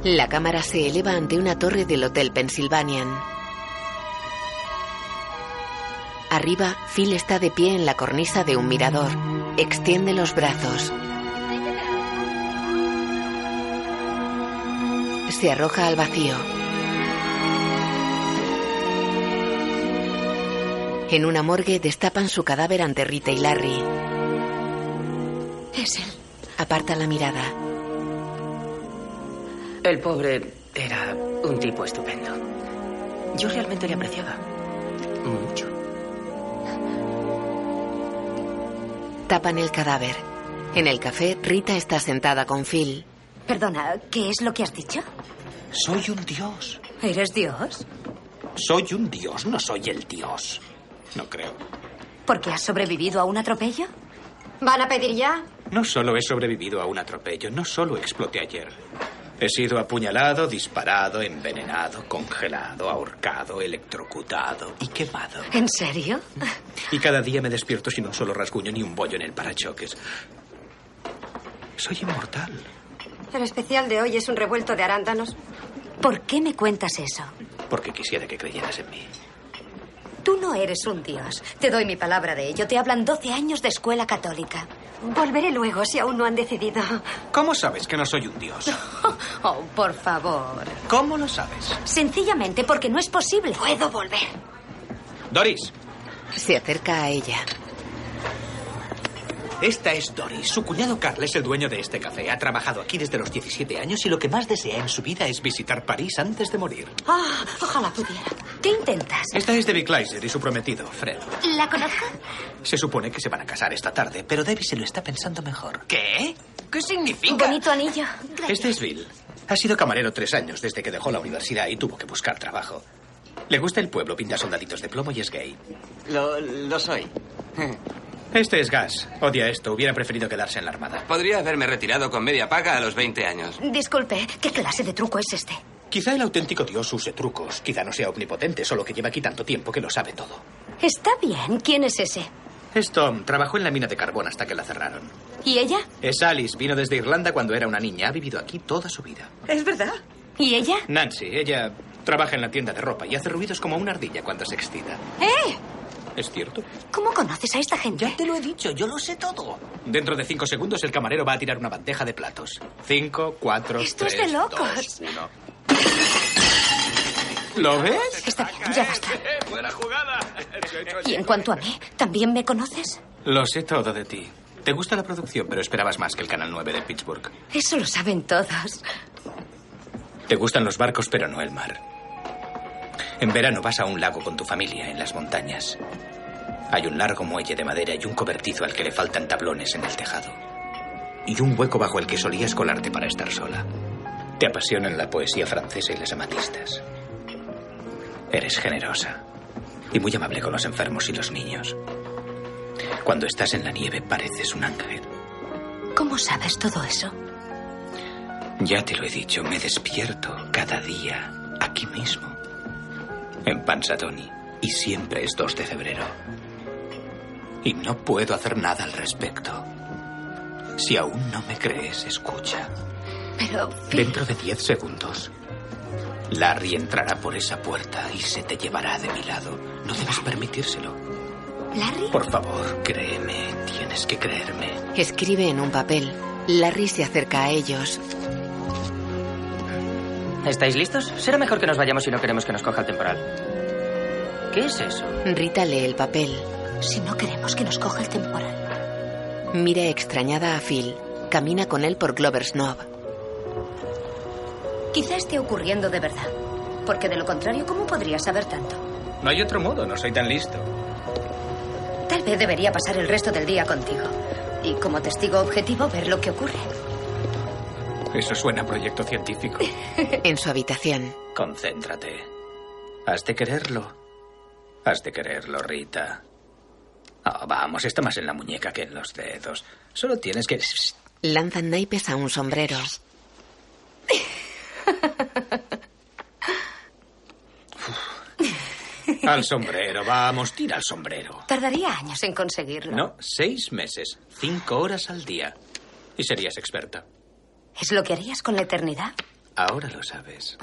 S2: La cámara se eleva ante una torre del Hotel Pennsylvanian. Arriba, Phil está de pie en la cornisa de un mirador. Extiende los brazos. Se arroja al vacío. En una morgue destapan su cadáver ante Rita y Larry.
S4: Es él.
S2: Aparta la mirada.
S5: El pobre era un tipo estupendo. Yo realmente le apreciaba. Mucho.
S2: Tapan el cadáver. En el café, Rita está sentada con Phil.
S4: Perdona, ¿qué es lo que has dicho?
S9: Soy un dios.
S4: ¿Eres Dios?
S9: Soy un dios, no soy el dios. No creo.
S4: ¿Porque has sobrevivido a un atropello?
S35: ¿Van a pedir ya?
S6: No solo he sobrevivido a un atropello, no solo exploté ayer. He sido apuñalado, disparado, envenenado, congelado, ahorcado, electrocutado y quemado.
S4: ¿En serio?
S6: Y cada día me despierto sin un solo rasguño ni un bollo en el parachoques. Soy inmortal.
S35: El especial de hoy es un revuelto de arándanos.
S4: ¿Por qué me cuentas eso?
S6: Porque quisiera que creyeras en mí.
S4: Tú no eres un dios. Te doy mi palabra de ello. Te hablan 12 años de escuela católica.
S35: Volveré luego si aún no han
S24: (laughs)
S35: decidido.
S6: ¿Cómo sabes que no soy un dios?
S4: Oh, por favor.
S6: ¿Cómo lo sabes?
S4: Sencillamente porque no es posible.
S35: Puedo volver.
S6: Doris,
S2: Se acerca a ella.
S6: esta es Doris. Su cuñado Carl es el dueño de este café. Ha trabajado aquí desde los 17 años y lo que más desea en su vida es visitar París antes de morir.
S4: Ah, ojalá pudiera. ¿Qué intentas?
S6: Esta es Debbie Kleiser y su prometido, Fred.
S4: ¿La conozco?
S6: Se supone que se van a casar esta tarde, pero Debbie se lo está pensando mejor.
S5: ¿Qué? ¿Qué significa?
S4: Bonito anillo. Gracias.
S6: Este es Bill. Ha sido camarero tres años desde que dejó la universidad y tuvo que buscar trabajo. Le gusta el pueblo, pinta soldaditos de plomo y es gay.
S24: Lo, lo soy.
S3: Este es Gas. Odia esto. Hubiera preferido quedarse en la armada.
S36: Podría haberme retirado con media paga a los 20 años.
S24: Disculpe, ¿qué clase de truco es este?
S3: Quizá el auténtico dios use trucos. Quizá no sea omnipotente, solo que lleva aquí tanto tiempo que lo sabe todo.
S24: Está bien. ¿Quién es ese?
S3: Es Tom. Trabajó en la mina de carbón hasta que la cerraron.
S24: ¿Y ella?
S3: Es Alice. Vino desde Irlanda cuando era una niña. Ha vivido aquí toda su vida.
S24: Es verdad. ¿Y ella?
S3: Nancy, ella trabaja en la tienda de ropa y hace ruidos como una ardilla cuando se excita.
S24: ¡Eh!
S3: ¿Es cierto?
S24: ¿Cómo conoces a esta gente?
S5: Ya te lo he dicho, yo lo sé todo.
S3: Dentro de cinco segundos el camarero va a tirar una bandeja de platos. Cinco, cuatro,
S24: Esto
S3: tres,
S24: es de locos.
S3: dos, uno. ¿Lo ves?
S24: Está bien, ya basta.
S37: Buena jugada.
S24: Y en cuanto a mí, ¿también me conoces?
S3: Lo sé todo de ti. Te gusta la producción, pero esperabas más que el Canal 9 de Pittsburgh.
S24: Eso lo saben todos.
S3: Te gustan los barcos, pero no el mar. En verano vas a un lago con tu familia, en las montañas. Hay un largo muelle de madera y un cobertizo al que le faltan tablones en el tejado. Y un hueco bajo el que solías colarte para estar sola. Te apasionan la poesía francesa y las amatistas. Eres generosa y muy amable con los enfermos y los niños. Cuando estás en la nieve pareces un ángel.
S24: ¿Cómo sabes todo eso?
S3: Ya te lo he dicho, me despierto cada día aquí mismo, en Panzadoni, y siempre es 2 de febrero. Y no puedo hacer nada al respecto. Si aún no me crees, escucha.
S24: Pero, Phil,
S3: Dentro de 10 segundos, Larry entrará por esa puerta y se te llevará de mi lado. No debes permitírselo.
S24: Larry,
S3: Por favor, créeme, tienes que creerme.
S2: Escribe en un papel. Larry se acerca a ellos.
S5: ¿Estáis listos? Será mejor que nos vayamos si no queremos que nos coja el temporal. ¿Qué es eso?
S2: Rita lee el papel.
S24: si no queremos que nos coja el temporal.
S2: Mira extrañada a Phil. Camina con él por Glover Snob.
S24: Quizá esté ocurriendo de verdad. Porque de lo contrario, ¿cómo podría saber tanto?
S3: No hay otro modo, no soy tan listo.
S24: Tal vez debería pasar el resto del día contigo. Y como testigo objetivo, ver lo que ocurre.
S3: Eso suena a proyecto científico.
S2: En su habitación.
S3: Concéntrate. Has de quererlo. Has de quererlo, Rita. Ah, vamos, está más en la muñeca que en los dedos. Solo tienes que...
S2: Lanzan naipes a un sombrero.
S3: Al sombrero, vamos, tira al sombrero.
S24: Tardaría años en conseguirlo.
S3: No, seis meses, cinco horas al día. Y serías experta.
S24: ¿Es lo que harías con la eternidad? Ah.
S3: Ahora lo sabes.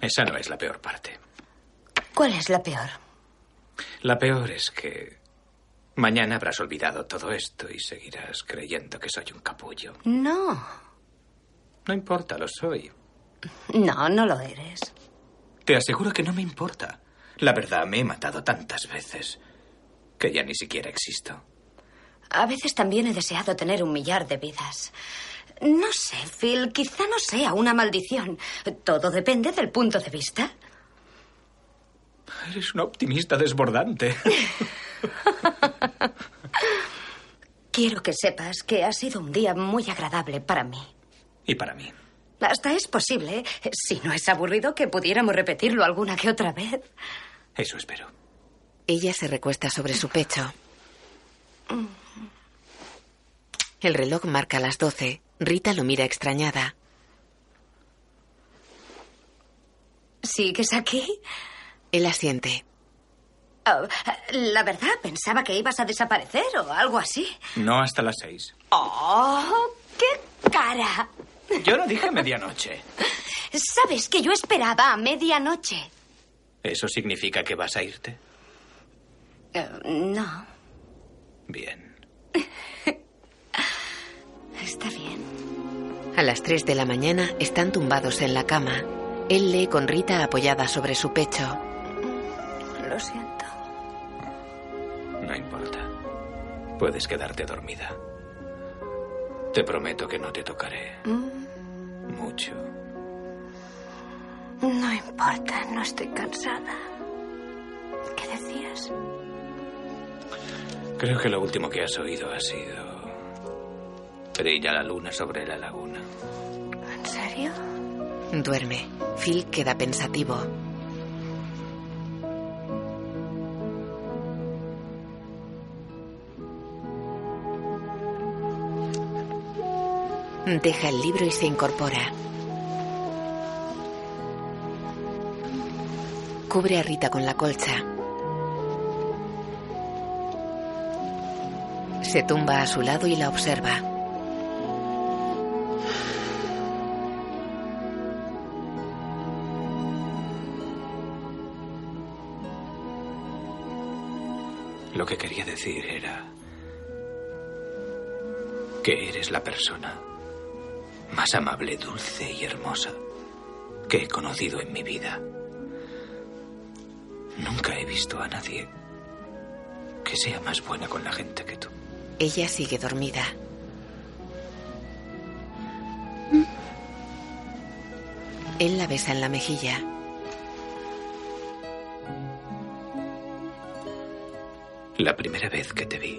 S3: Esa no es la peor parte.
S24: ¿Cuál es la peor?
S3: La peor es que mañana habrás olvidado todo esto y seguirás creyendo que soy un capullo.
S24: No,
S3: No importa, lo soy.
S24: no, no lo eres.
S3: Te aseguro que no me importa. La verdad, me he matado tantas veces que ya ni siquiera existo.
S24: A veces también he deseado tener un millar de vidas. No sé, Phil, quizá no sea una maldición. Todo depende del punto de vista.
S3: Eres un optimista (laughs) desbordante.
S24: Quiero que sepas que ha sido un día muy agradable para mí.
S3: y para mí.
S24: Hasta es posible, si no es aburrido, que pudiéramos repetirlo alguna que otra vez.
S3: Eso espero.
S2: Ella se recuesta sobre su pecho. El reloj marca las 12. Rita lo mira extrañada.
S24: ¿Sigues aquí?
S2: Él asiente.
S4: Oh,
S24: Ah, la verdad, pensaba que ibas a desaparecer o algo así.
S3: No hasta las seis.
S24: ¡Oh! ¡Qué cara!
S3: Yo no dije medianoche.
S24: Sabes que yo esperaba a medianoche.
S3: ¿Eso significa que vas a irte?
S24: Eh, no,
S3: Bien.
S24: está bien.
S2: A las 3 de la mañana están tumbados en la cama. Él lee con Rita apoyada sobre su pecho.
S24: Lo siento.
S3: No importa. Puedes quedarte dormida. Te prometo que no te tocaré
S24: Mm,
S3: mucho.
S24: No importa, no estoy cansada. ¿Qué decías?
S3: Creo que lo último que has oído ha sido... Brilla la luna sobre la laguna.
S24: ¿En serio?
S2: Duerme. Phil queda pensativo. Deja el libro y se incorpora. Cubre a Rita con la colcha. Se tumba a su lado y la observa.
S33: Lo que quería decir era que eres la persona más amable, dulce y hermosa que he conocido en mi vida. Nunca he visto a nadie que sea más buena con la gente que tú.
S2: Ella sigue dormida. Él la besa en la mejilla.
S33: La primera vez que te vi,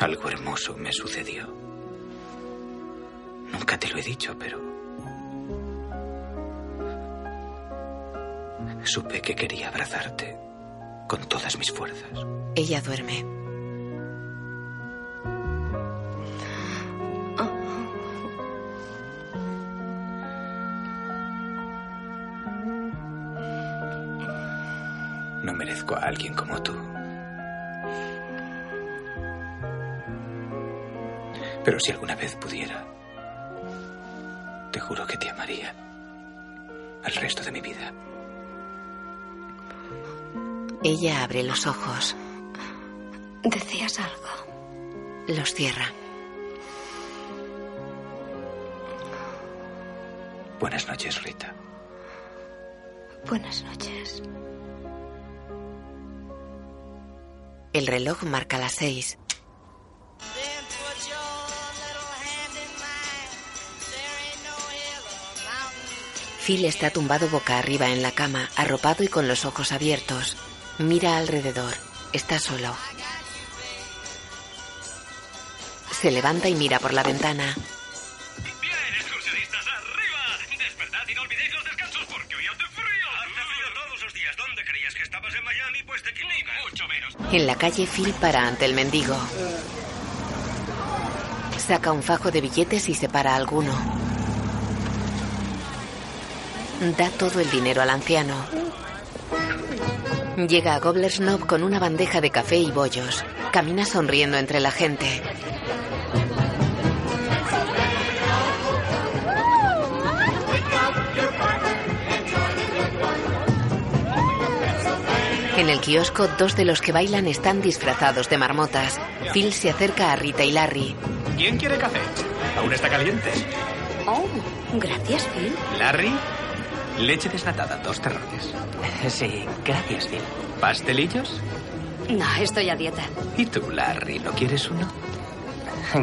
S33: algo hermoso me sucedió. Nunca te lo he dicho, pero... Supe que quería abrazarte con todas mis fuerzas.
S2: Ella duerme.
S33: No merezco a alguien como tú. Pero si alguna vez pudiera, te juro que te amaría el resto de mi vida.
S2: Ella abre los ojos,
S4: Decías algo.
S2: los cierra.
S33: Buenas noches, Rita.
S4: Buenas noches.
S2: El reloj marca las seis. Phil está tumbado boca arriba en la cama, arropado y con los ojos abiertos. Mira alrededor. Está solo. Se levanta y mira por la ventana. En la calle, Phil para ante el mendigo. Saca un fajo de billetes y separa alguno. Da todo el dinero al anciano. Llega a Gobler Snob con una bandeja de café y bollos. Camina sonriendo entre la gente. En el kiosco, dos de los que bailan están disfrazados de marmotas. Phil se acerca a Rita y Larry.
S3: ¿Quién quiere café? Aún está caliente.
S4: Oh, gracias, Phil.
S3: Larry, leche desnatada, dos terrones. Sí, gracias, Phil. ¿Pastelillos?
S4: No, estoy a dieta.
S3: ¿Y tú, Larry, no quieres uno?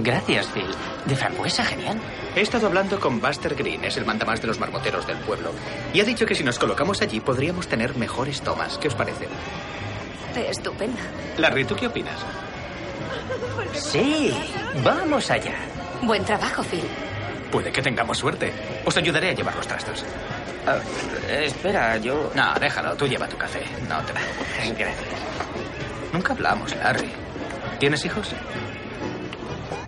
S5: Gracias, Phil. De frambuesa, genial.
S3: He estado hablando con Buster Green, es el mandamás de los marmoteros del pueblo, y ha dicho que si nos colocamos allí podríamos tener mejores tomas. ¿Qué os parece?
S4: Estupendo.
S3: Larry, ¿tú qué opinas?
S5: Sí, vamos allá.
S4: Buen trabajo, Phil.
S3: Puede que tengamos suerte. Os ayudaré a llevar los trastos.
S5: Ah, espera, yo...
S3: No, déjalo, tú lleva tu café. No te preocupes. Gracias. Nunca hablamos, Larry. ¿Tienes hijos?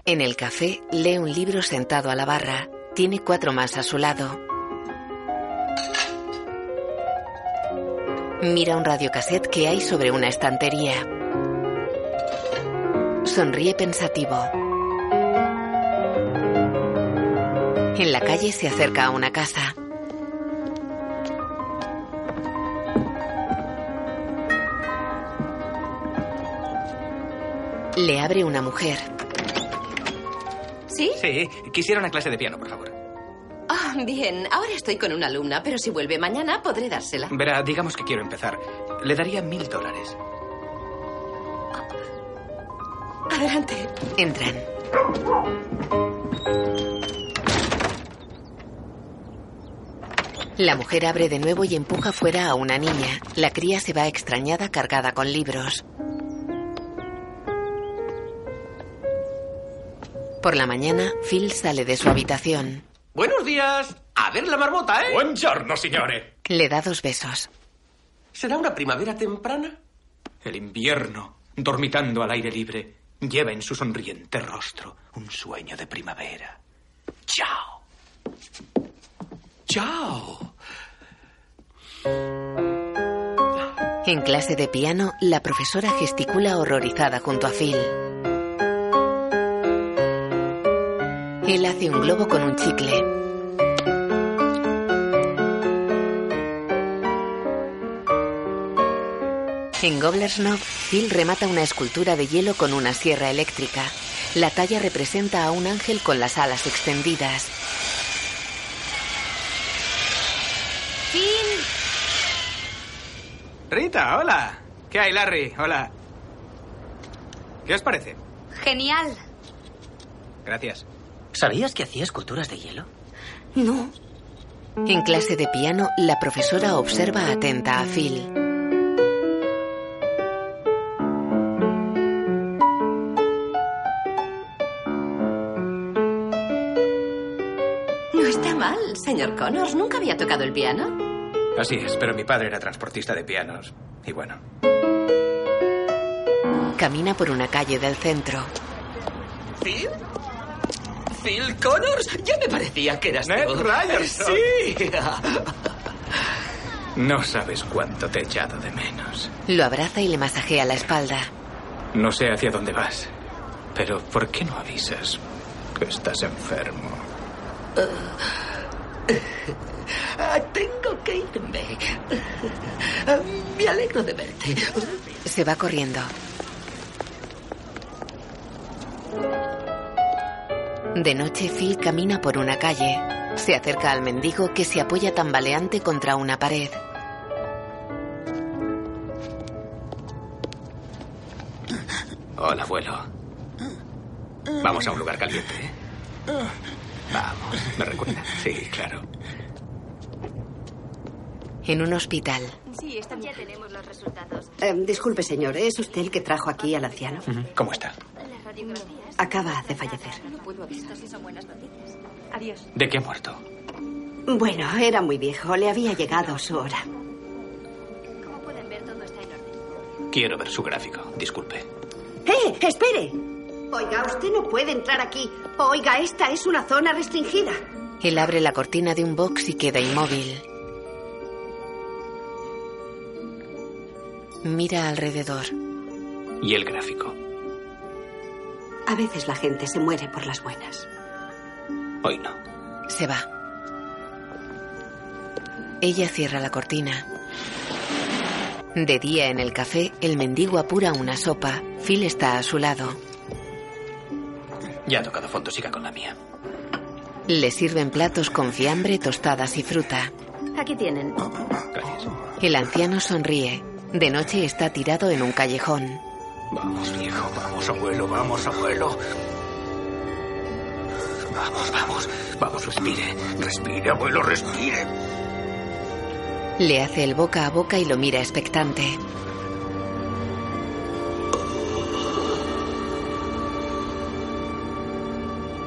S2: En el café lee un libro sentado a la barra. Tiene cuatro más a su lado. Mira un radiocassette que hay sobre una estantería. Sonríe pensativo. En la calle se acerca a una casa. Le abre una mujer.
S38: ¿Sí?
S3: Sí, quisiera una clase de piano, por favor.
S38: Ah, bien, ahora estoy con una alumna, pero si vuelve mañana podré dársela.
S3: Verá, digamos que quiero empezar. Le daría mil dólares.
S38: Adelante.
S2: Entran. La mujer abre de nuevo y empuja fuera a una niña. La cría se va extrañada cargada con libros. Por la mañana, Phil sale de su habitación.
S14: Buenos días. A ver la marmota, ¿eh? Buongiorno, signore.
S2: Le da dos besos.
S14: ¿Será una primavera temprana?
S3: El invierno, dormitando al aire libre.
S39: Lleva en su sonriente rostro un sueño de primavera. Chao. Chao.
S2: En clase de piano, la profesora gesticula horrorizada junto a Phil. Él hace un globo con un chicle. En Goblersnov, Phil remata una escultura de hielo con una sierra eléctrica. La talla representa a un ángel con las alas extendidas.
S9: Rita, hola. ¿Qué hay, Larry? Hola. ¿Qué os parece?
S24: Genial.
S9: Gracias.
S40: ¿Sabías que hacía esculturas de hielo?
S24: No.
S2: En clase de piano, la profesora observa atenta a Phil.
S41: No está mal, señor Connors. Nunca había tocado el piano.
S9: Así es, pero mi padre era transportista de pianos. Y bueno.
S2: Camina por una calle del centro.
S5: ¿Phil? ¿Phil Connors? Ya me parecía que eras
S9: Ned
S5: tú.
S9: Ryerson.
S3: (laughs)
S5: Sí.
S9: No sabes cuánto te he echado de menos.
S2: Lo abraza y le masajea la espalda.
S9: No sé hacia dónde vas. Pero ¿por qué no avisas que estás enfermo?
S5: Ah, tengo que irme. Ah, Me alegro de verte.
S4: Eh,
S2: Se va corriendo. De noche, Phil camina por una calle. Se acerca al mendigo que se apoya tambaleante contra una pared.
S9: Hola, abuelo. Vamos a un lugar caliente. ¿eh? Vamos, ¿me recuerda? Sí, claro.
S2: En un hospital,
S42: Sí, está Ya tenemos los resultados.
S4: Eh, disculpe, señor, ¿es usted el que trajo aquí al anciano?
S9: ¿Cómo está?
S42: Las radiografías.
S4: Acaba de fallecer.
S42: No puedo avisar si son buenas noticias. Adiós.
S9: ¿De qué ha muerto?
S4: Bueno, era muy viejo, le había llegado su hora.
S42: Como pueden ver, todo está en orden.
S9: Quiero ver su gráfico, disculpe.
S4: ¡Eh, espere! Oiga, usted no puede entrar aquí. Oiga, esta es una zona restringida.
S2: él abre la cortina de un box y queda inmóvil. Mira alrededor.
S9: ¿Y el gráfico?
S4: A veces la gente se muere por las buenas.
S9: Hoy no.
S2: Se va. Ella cierra la cortina. De día en el café, el mendigo apura una sopa. Phil está a su lado.
S9: Ya ha tocado fondo, siga con la mía.
S2: Le sirven platos con fiambre, tostadas y fruta.
S43: Aquí tienen.
S2: El anciano sonríe. De noche está tirado en un callejón.
S9: Vamos, viejo, vamos, abuelo, vamos, abuelo. Vamos, vamos, vamos, respire. Respire, abuelo, respire.
S2: Le hace el boca a boca y lo mira expectante.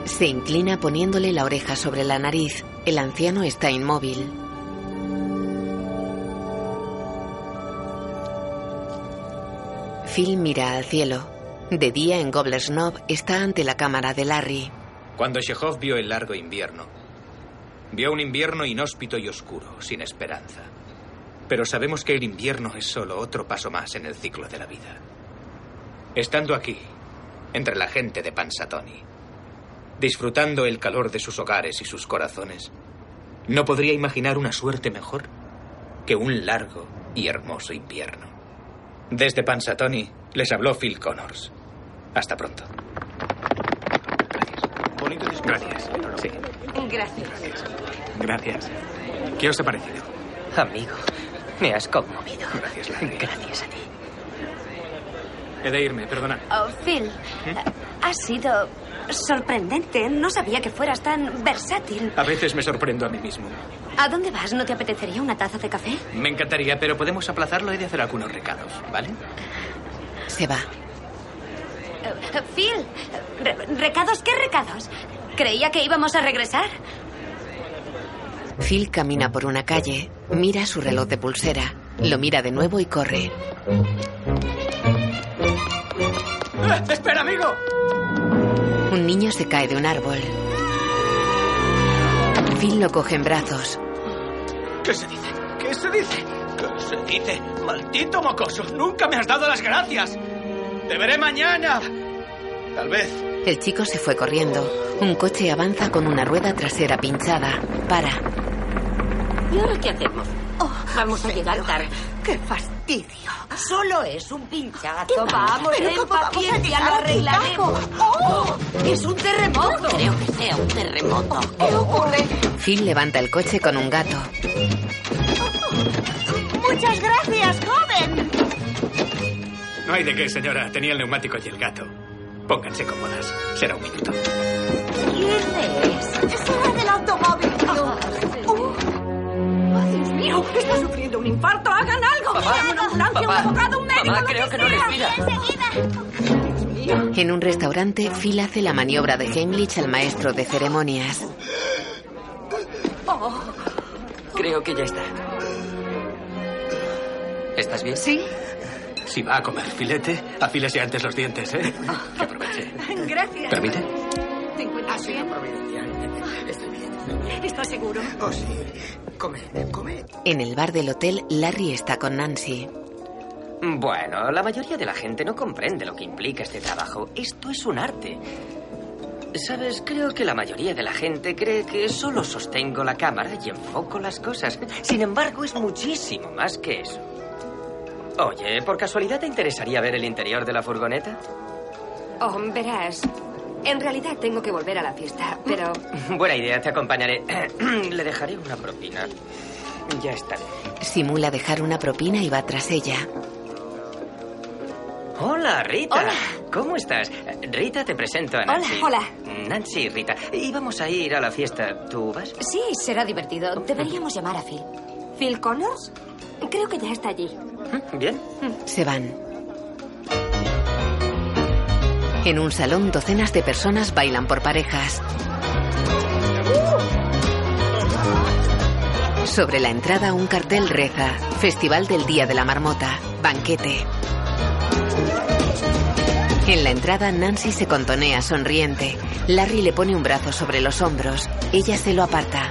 S2: Se inclina poniéndole la oreja sobre la nariz. El anciano está inmóvil. Phil mira al cielo. De día en Goblersnob está ante la cámara de Larry.
S3: Cuando Chekhov vio el largo invierno, vio un invierno inhóspito y oscuro, sin esperanza. Pero sabemos que el invierno es solo otro paso más en el ciclo de la vida. Estando aquí, entre la gente de Pansatoni, disfrutando el calor de sus hogares y sus corazones, no podría imaginar una suerte mejor que un largo y hermoso invierno. Desde Pansatoni les habló Phil Connors. Hasta pronto.
S9: Bonito Gracias. Sí,
S43: Gracias.
S9: gracias. ¿Qué os ha parecido?
S40: Amigo, me has conmovido.
S9: Gracias, Larry.
S40: Gracias a ti.
S9: He de irme, perdona.
S24: Oh, Phil, ha sido sorprendente. No sabía que fueras tan versátil.
S9: A veces me sorprendo a mí mismo.
S24: ¿A dónde vas? ¿No te apetecería una taza de café?
S9: Me encantaría, pero podemos aplazarlo y de hacer algunos recados, ¿vale?
S2: Se va.
S24: Eh, eh, Phil, re- ¿recados? ¿Qué recados? Creía que íbamos a regresar.
S2: Phil camina por una calle, mira su reloj de pulsera, lo mira de nuevo y corre. ¡Espera,
S9: Eh,
S2: espera, amigo! Un niño se cae de un árbol. Phil lo coge en brazos.
S9: ¿Qué se dice? ¿Qué se dice? ¿Qué se dice? Maldito mocoso, nunca me has dado las gracias. Te veré mañana. Tal vez.
S2: El chico se fue corriendo. Un coche avanza con una rueda trasera pinchada. Para.
S4: ¿Y ahora qué hacemos? Vamos a llegar tarde. Oh, ¡Qué fastidio! Solo es un pinchazo. Vamos,
S44: ¿Pero
S4: ten
S44: cómo vamos a
S4: paciencia,
S44: llegar
S4: lo
S44: a
S4: arreglaremos. Oh, ¡Es un terremoto! creo que sea un terremoto. ¿Qué ocurre?
S2: Phil levanta el coche con un gato.
S24: Muchas gracias, joven.
S9: No hay de qué, señora. Tenía el neumático y el gato. Pónganse cómodas. Será un minuto.
S24: ¿Quién es? Será del automóvil. Oh, Dios mío, está sufriendo un infarto. Hagan algo. Llame una ambulancia, un abogado, un médico.
S5: Mamá,
S24: lo
S5: creo que no
S24: sea.
S5: respira.
S2: En un restaurante, Phil hace la maniobra de Heimlich al maestro de ceremonias.
S5: Creo que ya está.
S45: ¿Estás bien?
S24: Sí.
S9: Si va a comer filete, afílese antes los dientes, ¿eh? Que (laughs) aproveche.
S24: Gracias.
S9: ¿Permite?
S24: ¿Te encuentras bien?
S5: Estoy bien.
S24: ¿Estás seguro?
S5: Oh, sí. Comed, comed.
S2: En el bar del hotel, Larry está con Nancy.
S3: Bueno, la mayoría de la gente no comprende lo que implica este trabajo. Esto es un arte. Sabes, creo que la mayoría de la gente cree que solo sostengo la cámara y enfoco las cosas. Sin embargo, es muchísimo más que eso. Oye, ¿por casualidad te interesaría ver el interior de la furgoneta?
S46: Oh, verás. En realidad tengo que volver a la fiesta, pero.
S3: (clears throat) Buena idea, te acompañaré. (clears throat) Le dejaré una propina. Ya estaré.
S2: Simula dejar una propina y va tras ella.
S3: Hola, Rita. ¿Cómo estás? Rita, te presento a Nancy.
S46: Hola,
S3: Nancy y Rita. Y vamos a ir a la fiesta. ¿Tú vas?
S46: Sí, será divertido. Deberíamos llamar a Phil. ¿Phil Connors? Creo que ya está allí.
S3: Bien.
S2: Se van. En un salón, docenas de personas bailan por parejas. Sobre la entrada, un cartel reza: Festival del Día de la Marmota, banquete. En la entrada, Nancy se contonea sonriente. Larry le pone un brazo sobre los hombros. Ella se lo aparta.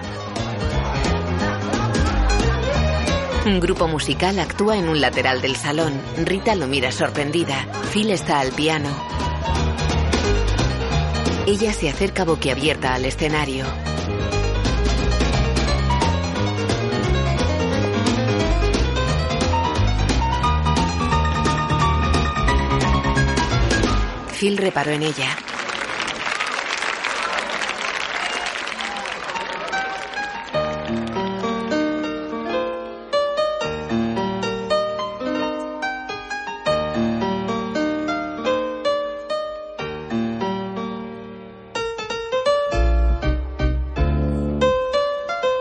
S2: Un grupo musical actúa en un lateral del salón. Rita lo mira sorprendida. Phil está al piano. Ella se acerca boquiabierta al escenario. Phil reparó en ella.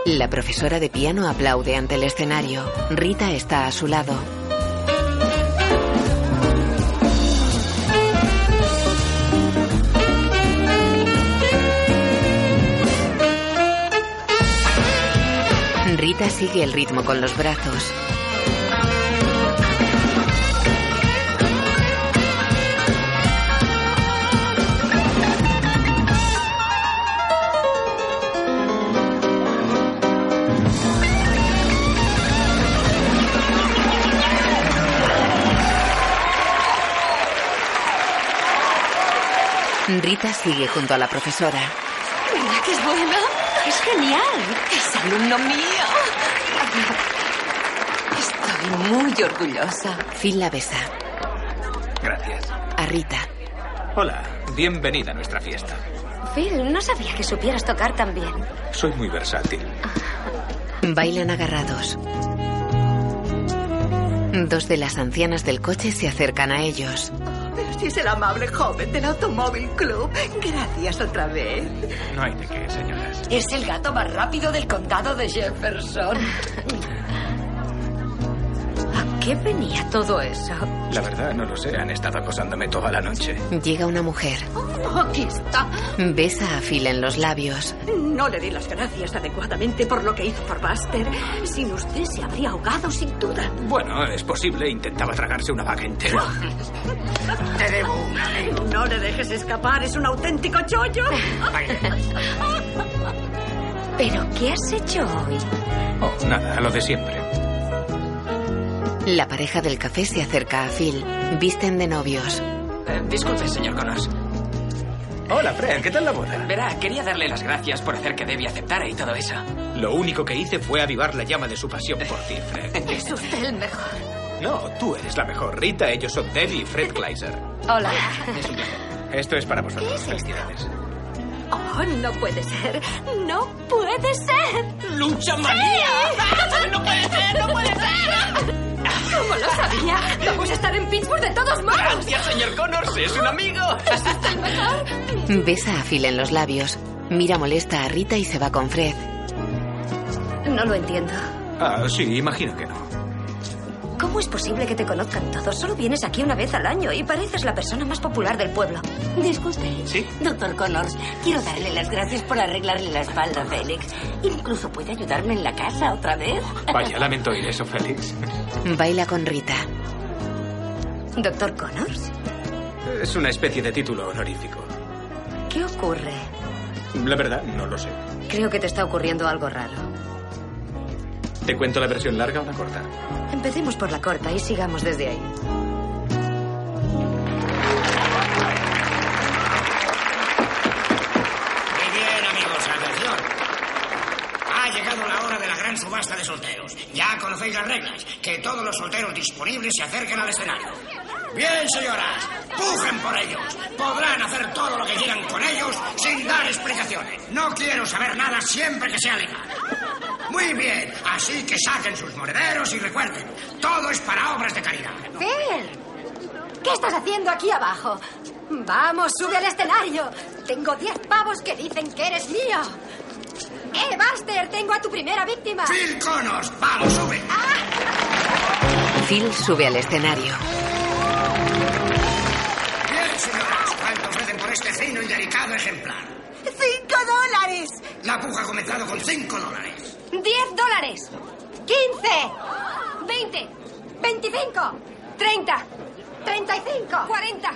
S2: La profesora de piano aplaude ante el escenario. Rita está a su lado. Rita sigue el ritmo con los brazos. Rita sigue junto a la profesora.
S24: ¿Verdad que es bueno? Es genial. Es alumno mío.
S47: Estoy muy orgullosa.
S2: Phil la besa.
S9: Gracias.
S2: A Rita.
S9: Hola, bienvenida a nuestra fiesta.
S44: Phil, no sabía que supieras tocar tan bien.
S9: Soy muy versátil.
S2: Bailan agarrados. Dos de las ancianas del coche se acercan a ellos.
S24: Pero si es el amable joven del Automóvil Club. Gracias otra vez.
S9: No hay de qué, señoras.
S4: Oh,
S24: Es el gato más rápido del condado de Jefferson.
S44: ¿A
S24: qué venía todo eso?
S9: La verdad, no lo sé. Han estado acosándome toda la noche.
S2: Llega una mujer.
S24: Oh,
S4: Aquí está.
S2: Besa a Phil en los labios.
S4: No le di las gracias adecuadamente por lo que hizo por Buster. Sin usted se habría ahogado, sin duda.
S9: Bueno, es posible. Intentaba tragarse una vaca entera.
S4: Te debo No le dejes escapar. Es un auténtico chollo.
S24: ¿Pero qué has hecho hoy?
S9: Oh, nada, lo de siempre.
S2: La pareja del café se acerca a Phil. Visten de novios.
S5: Eh, disculpe, señor Connors.
S9: Hola, Fred, ¿qué tal la boda?
S5: Verá, quería darle las gracias por hacer que Debbie aceptara y todo eso.
S9: Lo único que hice fue avivar la llama de su pasión por ti, Fred.
S4: (laughs)
S24: Es usted el mejor.
S9: No, tú eres la mejor. Rita, ellos son Debbie y Fred Kleiser.
S24: Hola.
S9: Esto es para vosotros. Felicidades.
S24: Oh, no puede ser. No puede ser.
S48: ¡Lucha manía!
S24: ¡Sí!
S48: (laughs) ¡No puede ser! ¡No puede ser!
S24: ¿Cómo lo sabía? Vamos a estar en Pittsburgh de todos modos.
S48: Gracias, señor Connors. Es un amigo.
S24: ¿Es usted el mejor?
S2: Besa a Phil en los labios. Mira molesta a Rita y se va con Fred.
S24: No lo entiendo.
S9: Ah, sí, imagino que no.
S24: ¿Cómo es posible que te conozcan todos? Solo vienes aquí una vez al año y pareces la persona más popular del pueblo.
S49: Disculpe.
S9: Sí.
S49: Doctor Connors, quiero darle las gracias por arreglarle la espalda a Félix. Incluso puede ayudarme en la casa otra vez.
S9: Vaya, lamento oír eso, Félix.
S2: Baila con Rita.
S24: ¿Doctor Connors?
S9: Es una especie de título honorífico.
S24: ¿Qué ocurre?
S9: La verdad, no lo sé.
S24: Creo que te está ocurriendo algo raro.
S9: ¿Te cuento la versión larga o la corta?
S24: Empecemos por la corta y sigamos desde ahí.
S6: Muy bien, amigos, atención. Ha llegado la hora de la gran subasta de solteros. Ya conocéis las reglas. Que todos los solteros disponibles se acerquen al escenario. Bien, señoras, pujen por ellos. Podrán hacer todo lo que quieran con ellos sin dar explicaciones. No quiero saber nada siempre que sea legal. Muy bien, así que saquen sus monederos y recuerden, todo es para obras de caridad.
S24: Phil, ¿qué estás haciendo aquí abajo? Vamos, sube al escenario. Tengo diez pavos que dicen que eres mío. ¡Eh, Buster! Tengo a tu primera víctima.
S6: Phil Conos, vamos, sube.
S2: Phil sube al escenario.
S6: Bien, señoras, ¿cuánto ofrecen por este fino y delicado ejemplar?
S50: ¡Cinco dólares!
S6: La puja ha comenzado con cinco dólares.
S24: ¡Diez dólares! ¡Quince! ¡Veinte! ¡Veinticinco! ¡Treinta! ¡Treinta y cinco! ¡Cuarenta!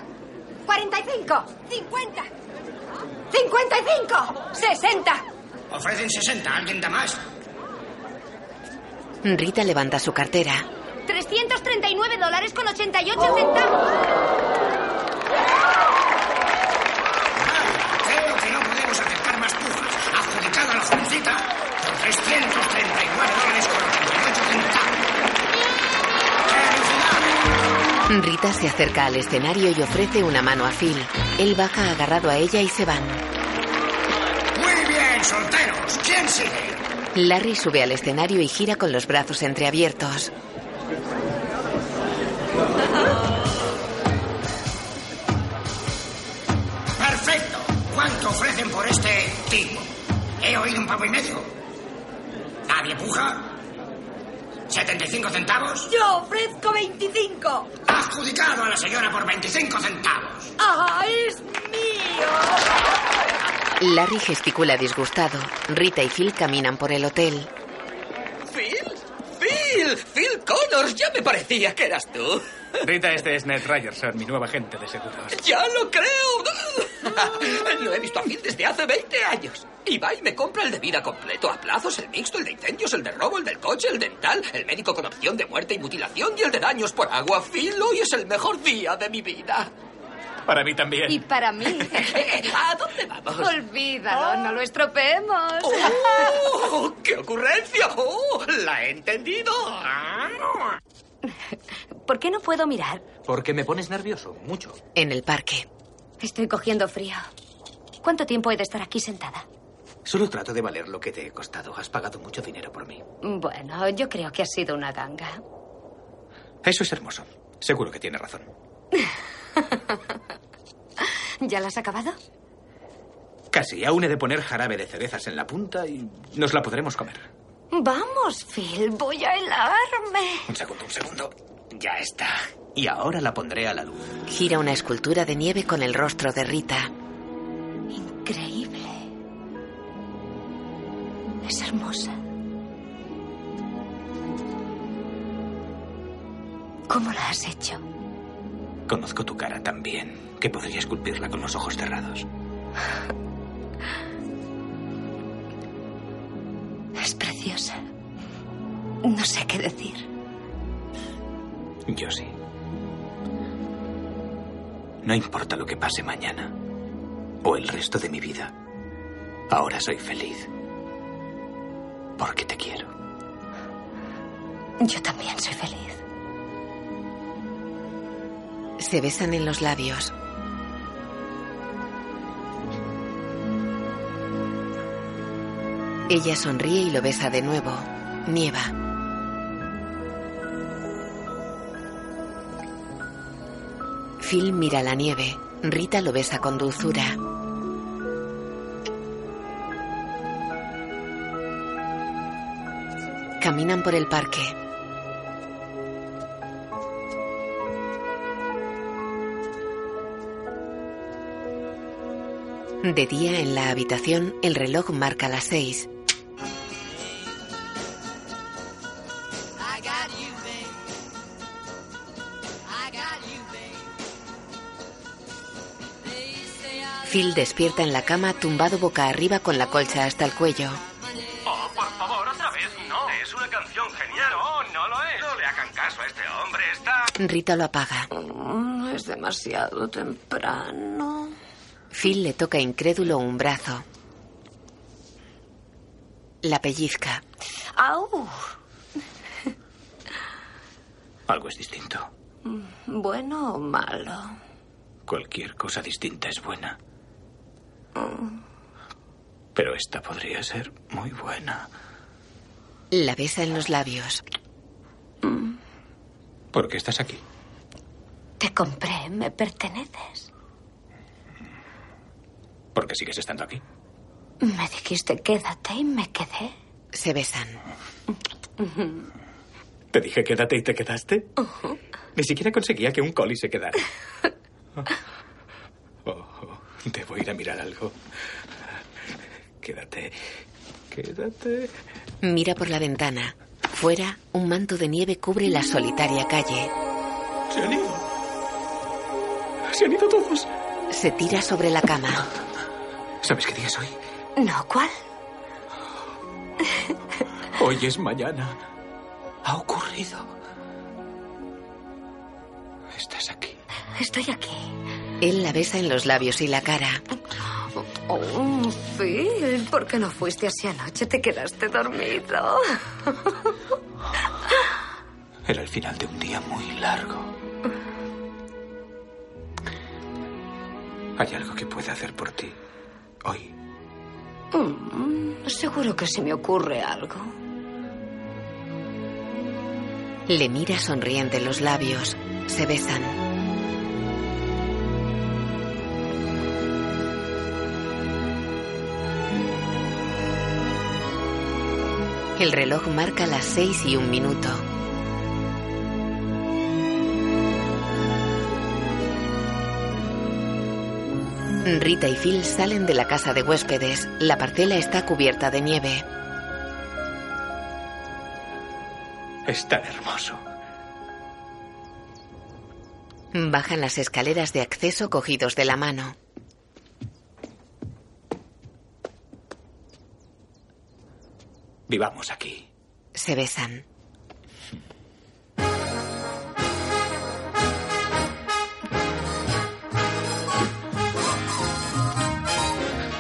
S24: ¡Cuarenta y cinco! ¡Cincuenta! ¡Cincuenta y cinco! ¡Sesenta!
S6: Ofrecen sesenta. ¿Alguien da más?
S2: Rita levanta su cartera.
S24: 339 dólares con 88
S50: Oh.
S24: centavos.
S6: Creo que no podemos aceptar más pujas. Adjudicada a la jovencita por 339 dólares con 88 centavos.
S2: Rita se acerca al escenario y ofrece una mano a Phil. Él baja agarrado a ella y se van.
S6: ¡Felicidades! Muy bien, solteros. ¿Quién sigue?
S2: Larry sube al escenario y gira con los brazos entreabiertos.
S6: Perfecto. ¿Cuánto ofrecen por este tipo? He oído un papo y medio. ¿Nadie puja? ¿75 centavos?
S50: Yo ofrezco 25.
S6: Adjudicado a la señora por 25 centavos.
S50: ¡Ah, es mío!
S2: Larry gesticula disgustado. Rita y Phil caminan por el hotel.
S48: ¿Phil? ¡Phil! ¡Phil Connors! Ya me parecía que eras tú.
S9: Rita, este es Ned Ryerson, mi nueva agente de seguros.
S48: ¡Ya lo (laughs) creo! No he visto a Phil desde hace 20 años. Y va y me compra el de vida completo a plazos, el mixto, el de incendios, el de robo, el del coche, el dental, el médico con opción de muerte y mutilación y el de daños por agua. Phil, hoy es el mejor día de mi vida.
S9: Para mí también.
S50: Y para (laughs) mí.
S48: Eh, ¿A dónde vamos?
S50: Olvídalo, no lo estropeemos.
S48: ¡Oh! ¡Qué ocurrencia! ¡Oh! ¡La he entendido!
S24: ¿Por qué no puedo mirar?
S3: Porque me pones nervioso, mucho.
S2: En el parque.
S24: Estoy cogiendo frío. ¿Cuánto tiempo he de estar aquí sentada?
S3: Solo trato de valer lo que te he costado. Has pagado mucho dinero por mí.
S24: Bueno, yo creo que ha sido una ganga.
S9: Eso es hermoso. Seguro que tiene razón.
S24: (laughs) ¿Ya la has acabado?
S9: Casi. Aún he de poner jarabe de cerezas en la punta y nos la podremos comer.
S24: Vamos, Phil, voy a helarme.
S9: Un segundo, un segundo.
S3: Ya está. Y ahora la pondré a la luz.
S2: Gira una escultura de nieve con el rostro de Rita.
S4: Increíble. Es hermosa. ¿Cómo la has hecho?
S5: Conozco tu cara tan bien que podría esculpirla con los ojos cerrados.
S4: Es preciosa. No sé qué decir.
S5: Yo sí. No importa lo que pase mañana o el resto de mi vida. Ahora soy feliz. Porque te quiero.
S4: Yo también soy feliz.
S2: Se besan en los labios. Ella sonríe y lo besa de nuevo. Nieva. Phil mira la nieve. Rita lo besa con dulzura. Caminan por el parque. De día en la habitación, el reloj marca las seis. Phil despierta en la cama tumbado boca arriba con la colcha hasta el cuello.
S51: Oh, por favor, otra vez, no. Es una canción genial. No, no lo es. No le hagan caso a este hombre. Está.
S2: Rita lo apaga.
S4: Mm, Es demasiado temprano.
S2: Phil le toca incrédulo un brazo. La pellizca.
S4: ¡Au!
S5: Algo es distinto.
S4: Mm, Bueno o malo.
S5: Cualquier cosa distinta es buena.
S4: Oh.
S5: Pero esta podría ser muy buena.
S2: La besa en los labios.
S5: ¿Por qué estás aquí?
S4: Te compré, me perteneces.
S5: ¿Por qué sigues estando aquí?
S4: Me dijiste quédate y me quedé.
S2: Se besan.
S9: Te dije quédate y te quedaste. Ni siquiera conseguía que un coli se quedara. Oh, oh, debo ir a mirar algo. Quédate. Quédate.
S2: Mira por la ventana. Fuera, un manto de nieve cubre la solitaria calle.
S9: Se han ido. Se han ido todos.
S2: Se tira sobre la cama.
S9: ¿Sabes qué día es hoy?
S4: No, ¿cuál?
S9: Hoy es mañana. Ha ocurrido. Estás aquí.
S4: Estoy aquí.
S2: Él la besa en los labios y la cara.
S4: Oh, Phil, ¿por qué no fuiste así anoche? Te quedaste dormido.
S5: Era el final de un día muy largo. ¿Hay algo que pueda hacer por ti hoy?
S4: Mm, seguro que se me ocurre algo.
S2: Le mira sonriente los labios. Se besan. El reloj marca las seis y un minuto. Rita y Phil salen de la casa de huéspedes. La parcela está cubierta de nieve.
S9: Es tan hermoso.
S2: Bajan las escaleras de acceso cogidos de la mano.
S9: Vivamos aquí.
S2: Se besan.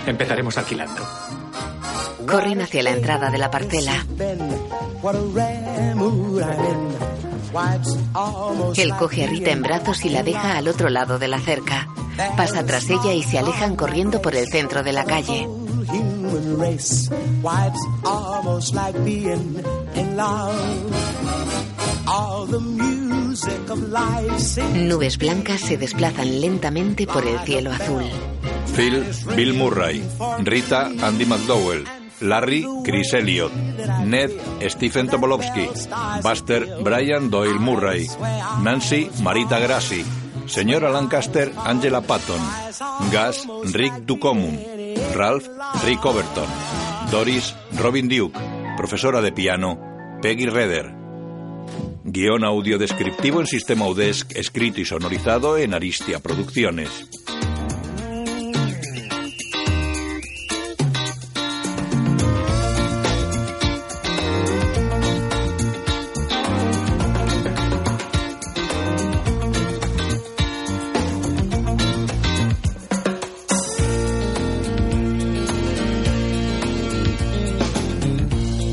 S9: Empezaremos alquilando.
S2: Corren hacia la entrada de la parcela.
S6: What a rare mood I'm in. Why, it's almost
S2: Él coge a Rita en brazos y la deja al otro lado de la cerca. Pasa tras ella y se alejan corriendo por el centro de la calle.
S6: human race. Why, it's almost like being in love. All the music of life sings.
S2: Nubes blancas se desplazan lentamente por el cielo azul.
S1: Phil, Bill Murray. Rita, Andy McDowell. Larry Chris Elliott, Ned Stephen Tobolowsky, Buster Brian Doyle Murray, Nancy Marita Grassi, Señora Lancaster Angela Patton, Gas Rick Ducomun, Ralph Rick Overton, Doris Robin Duke, profesora de piano Peggy Redder. Guión audio descriptivo en sistema UDESC, escrito y sonorizado en Aristia Producciones.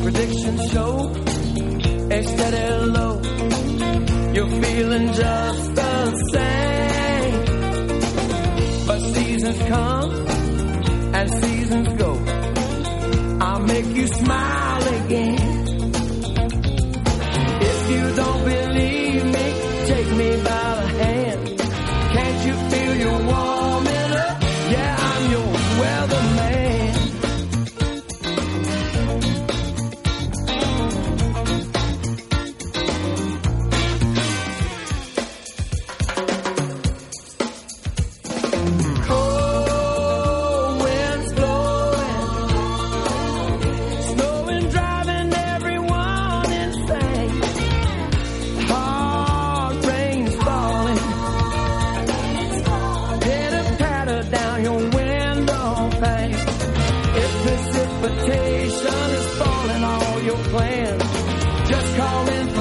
S24: Predictions show a steady low. You're feeling just the same. But seasons come and seasons go. I'll make you smile again. If you don't believe me, take me by the hand. Can't you feel you're warming up? Yeah, I'm your weatherman. Cold winds blowing, snowing, driving everyone insane. Hard rain's falling, pitter patter down your window pane. If precipitation is falling, all your plans just call in for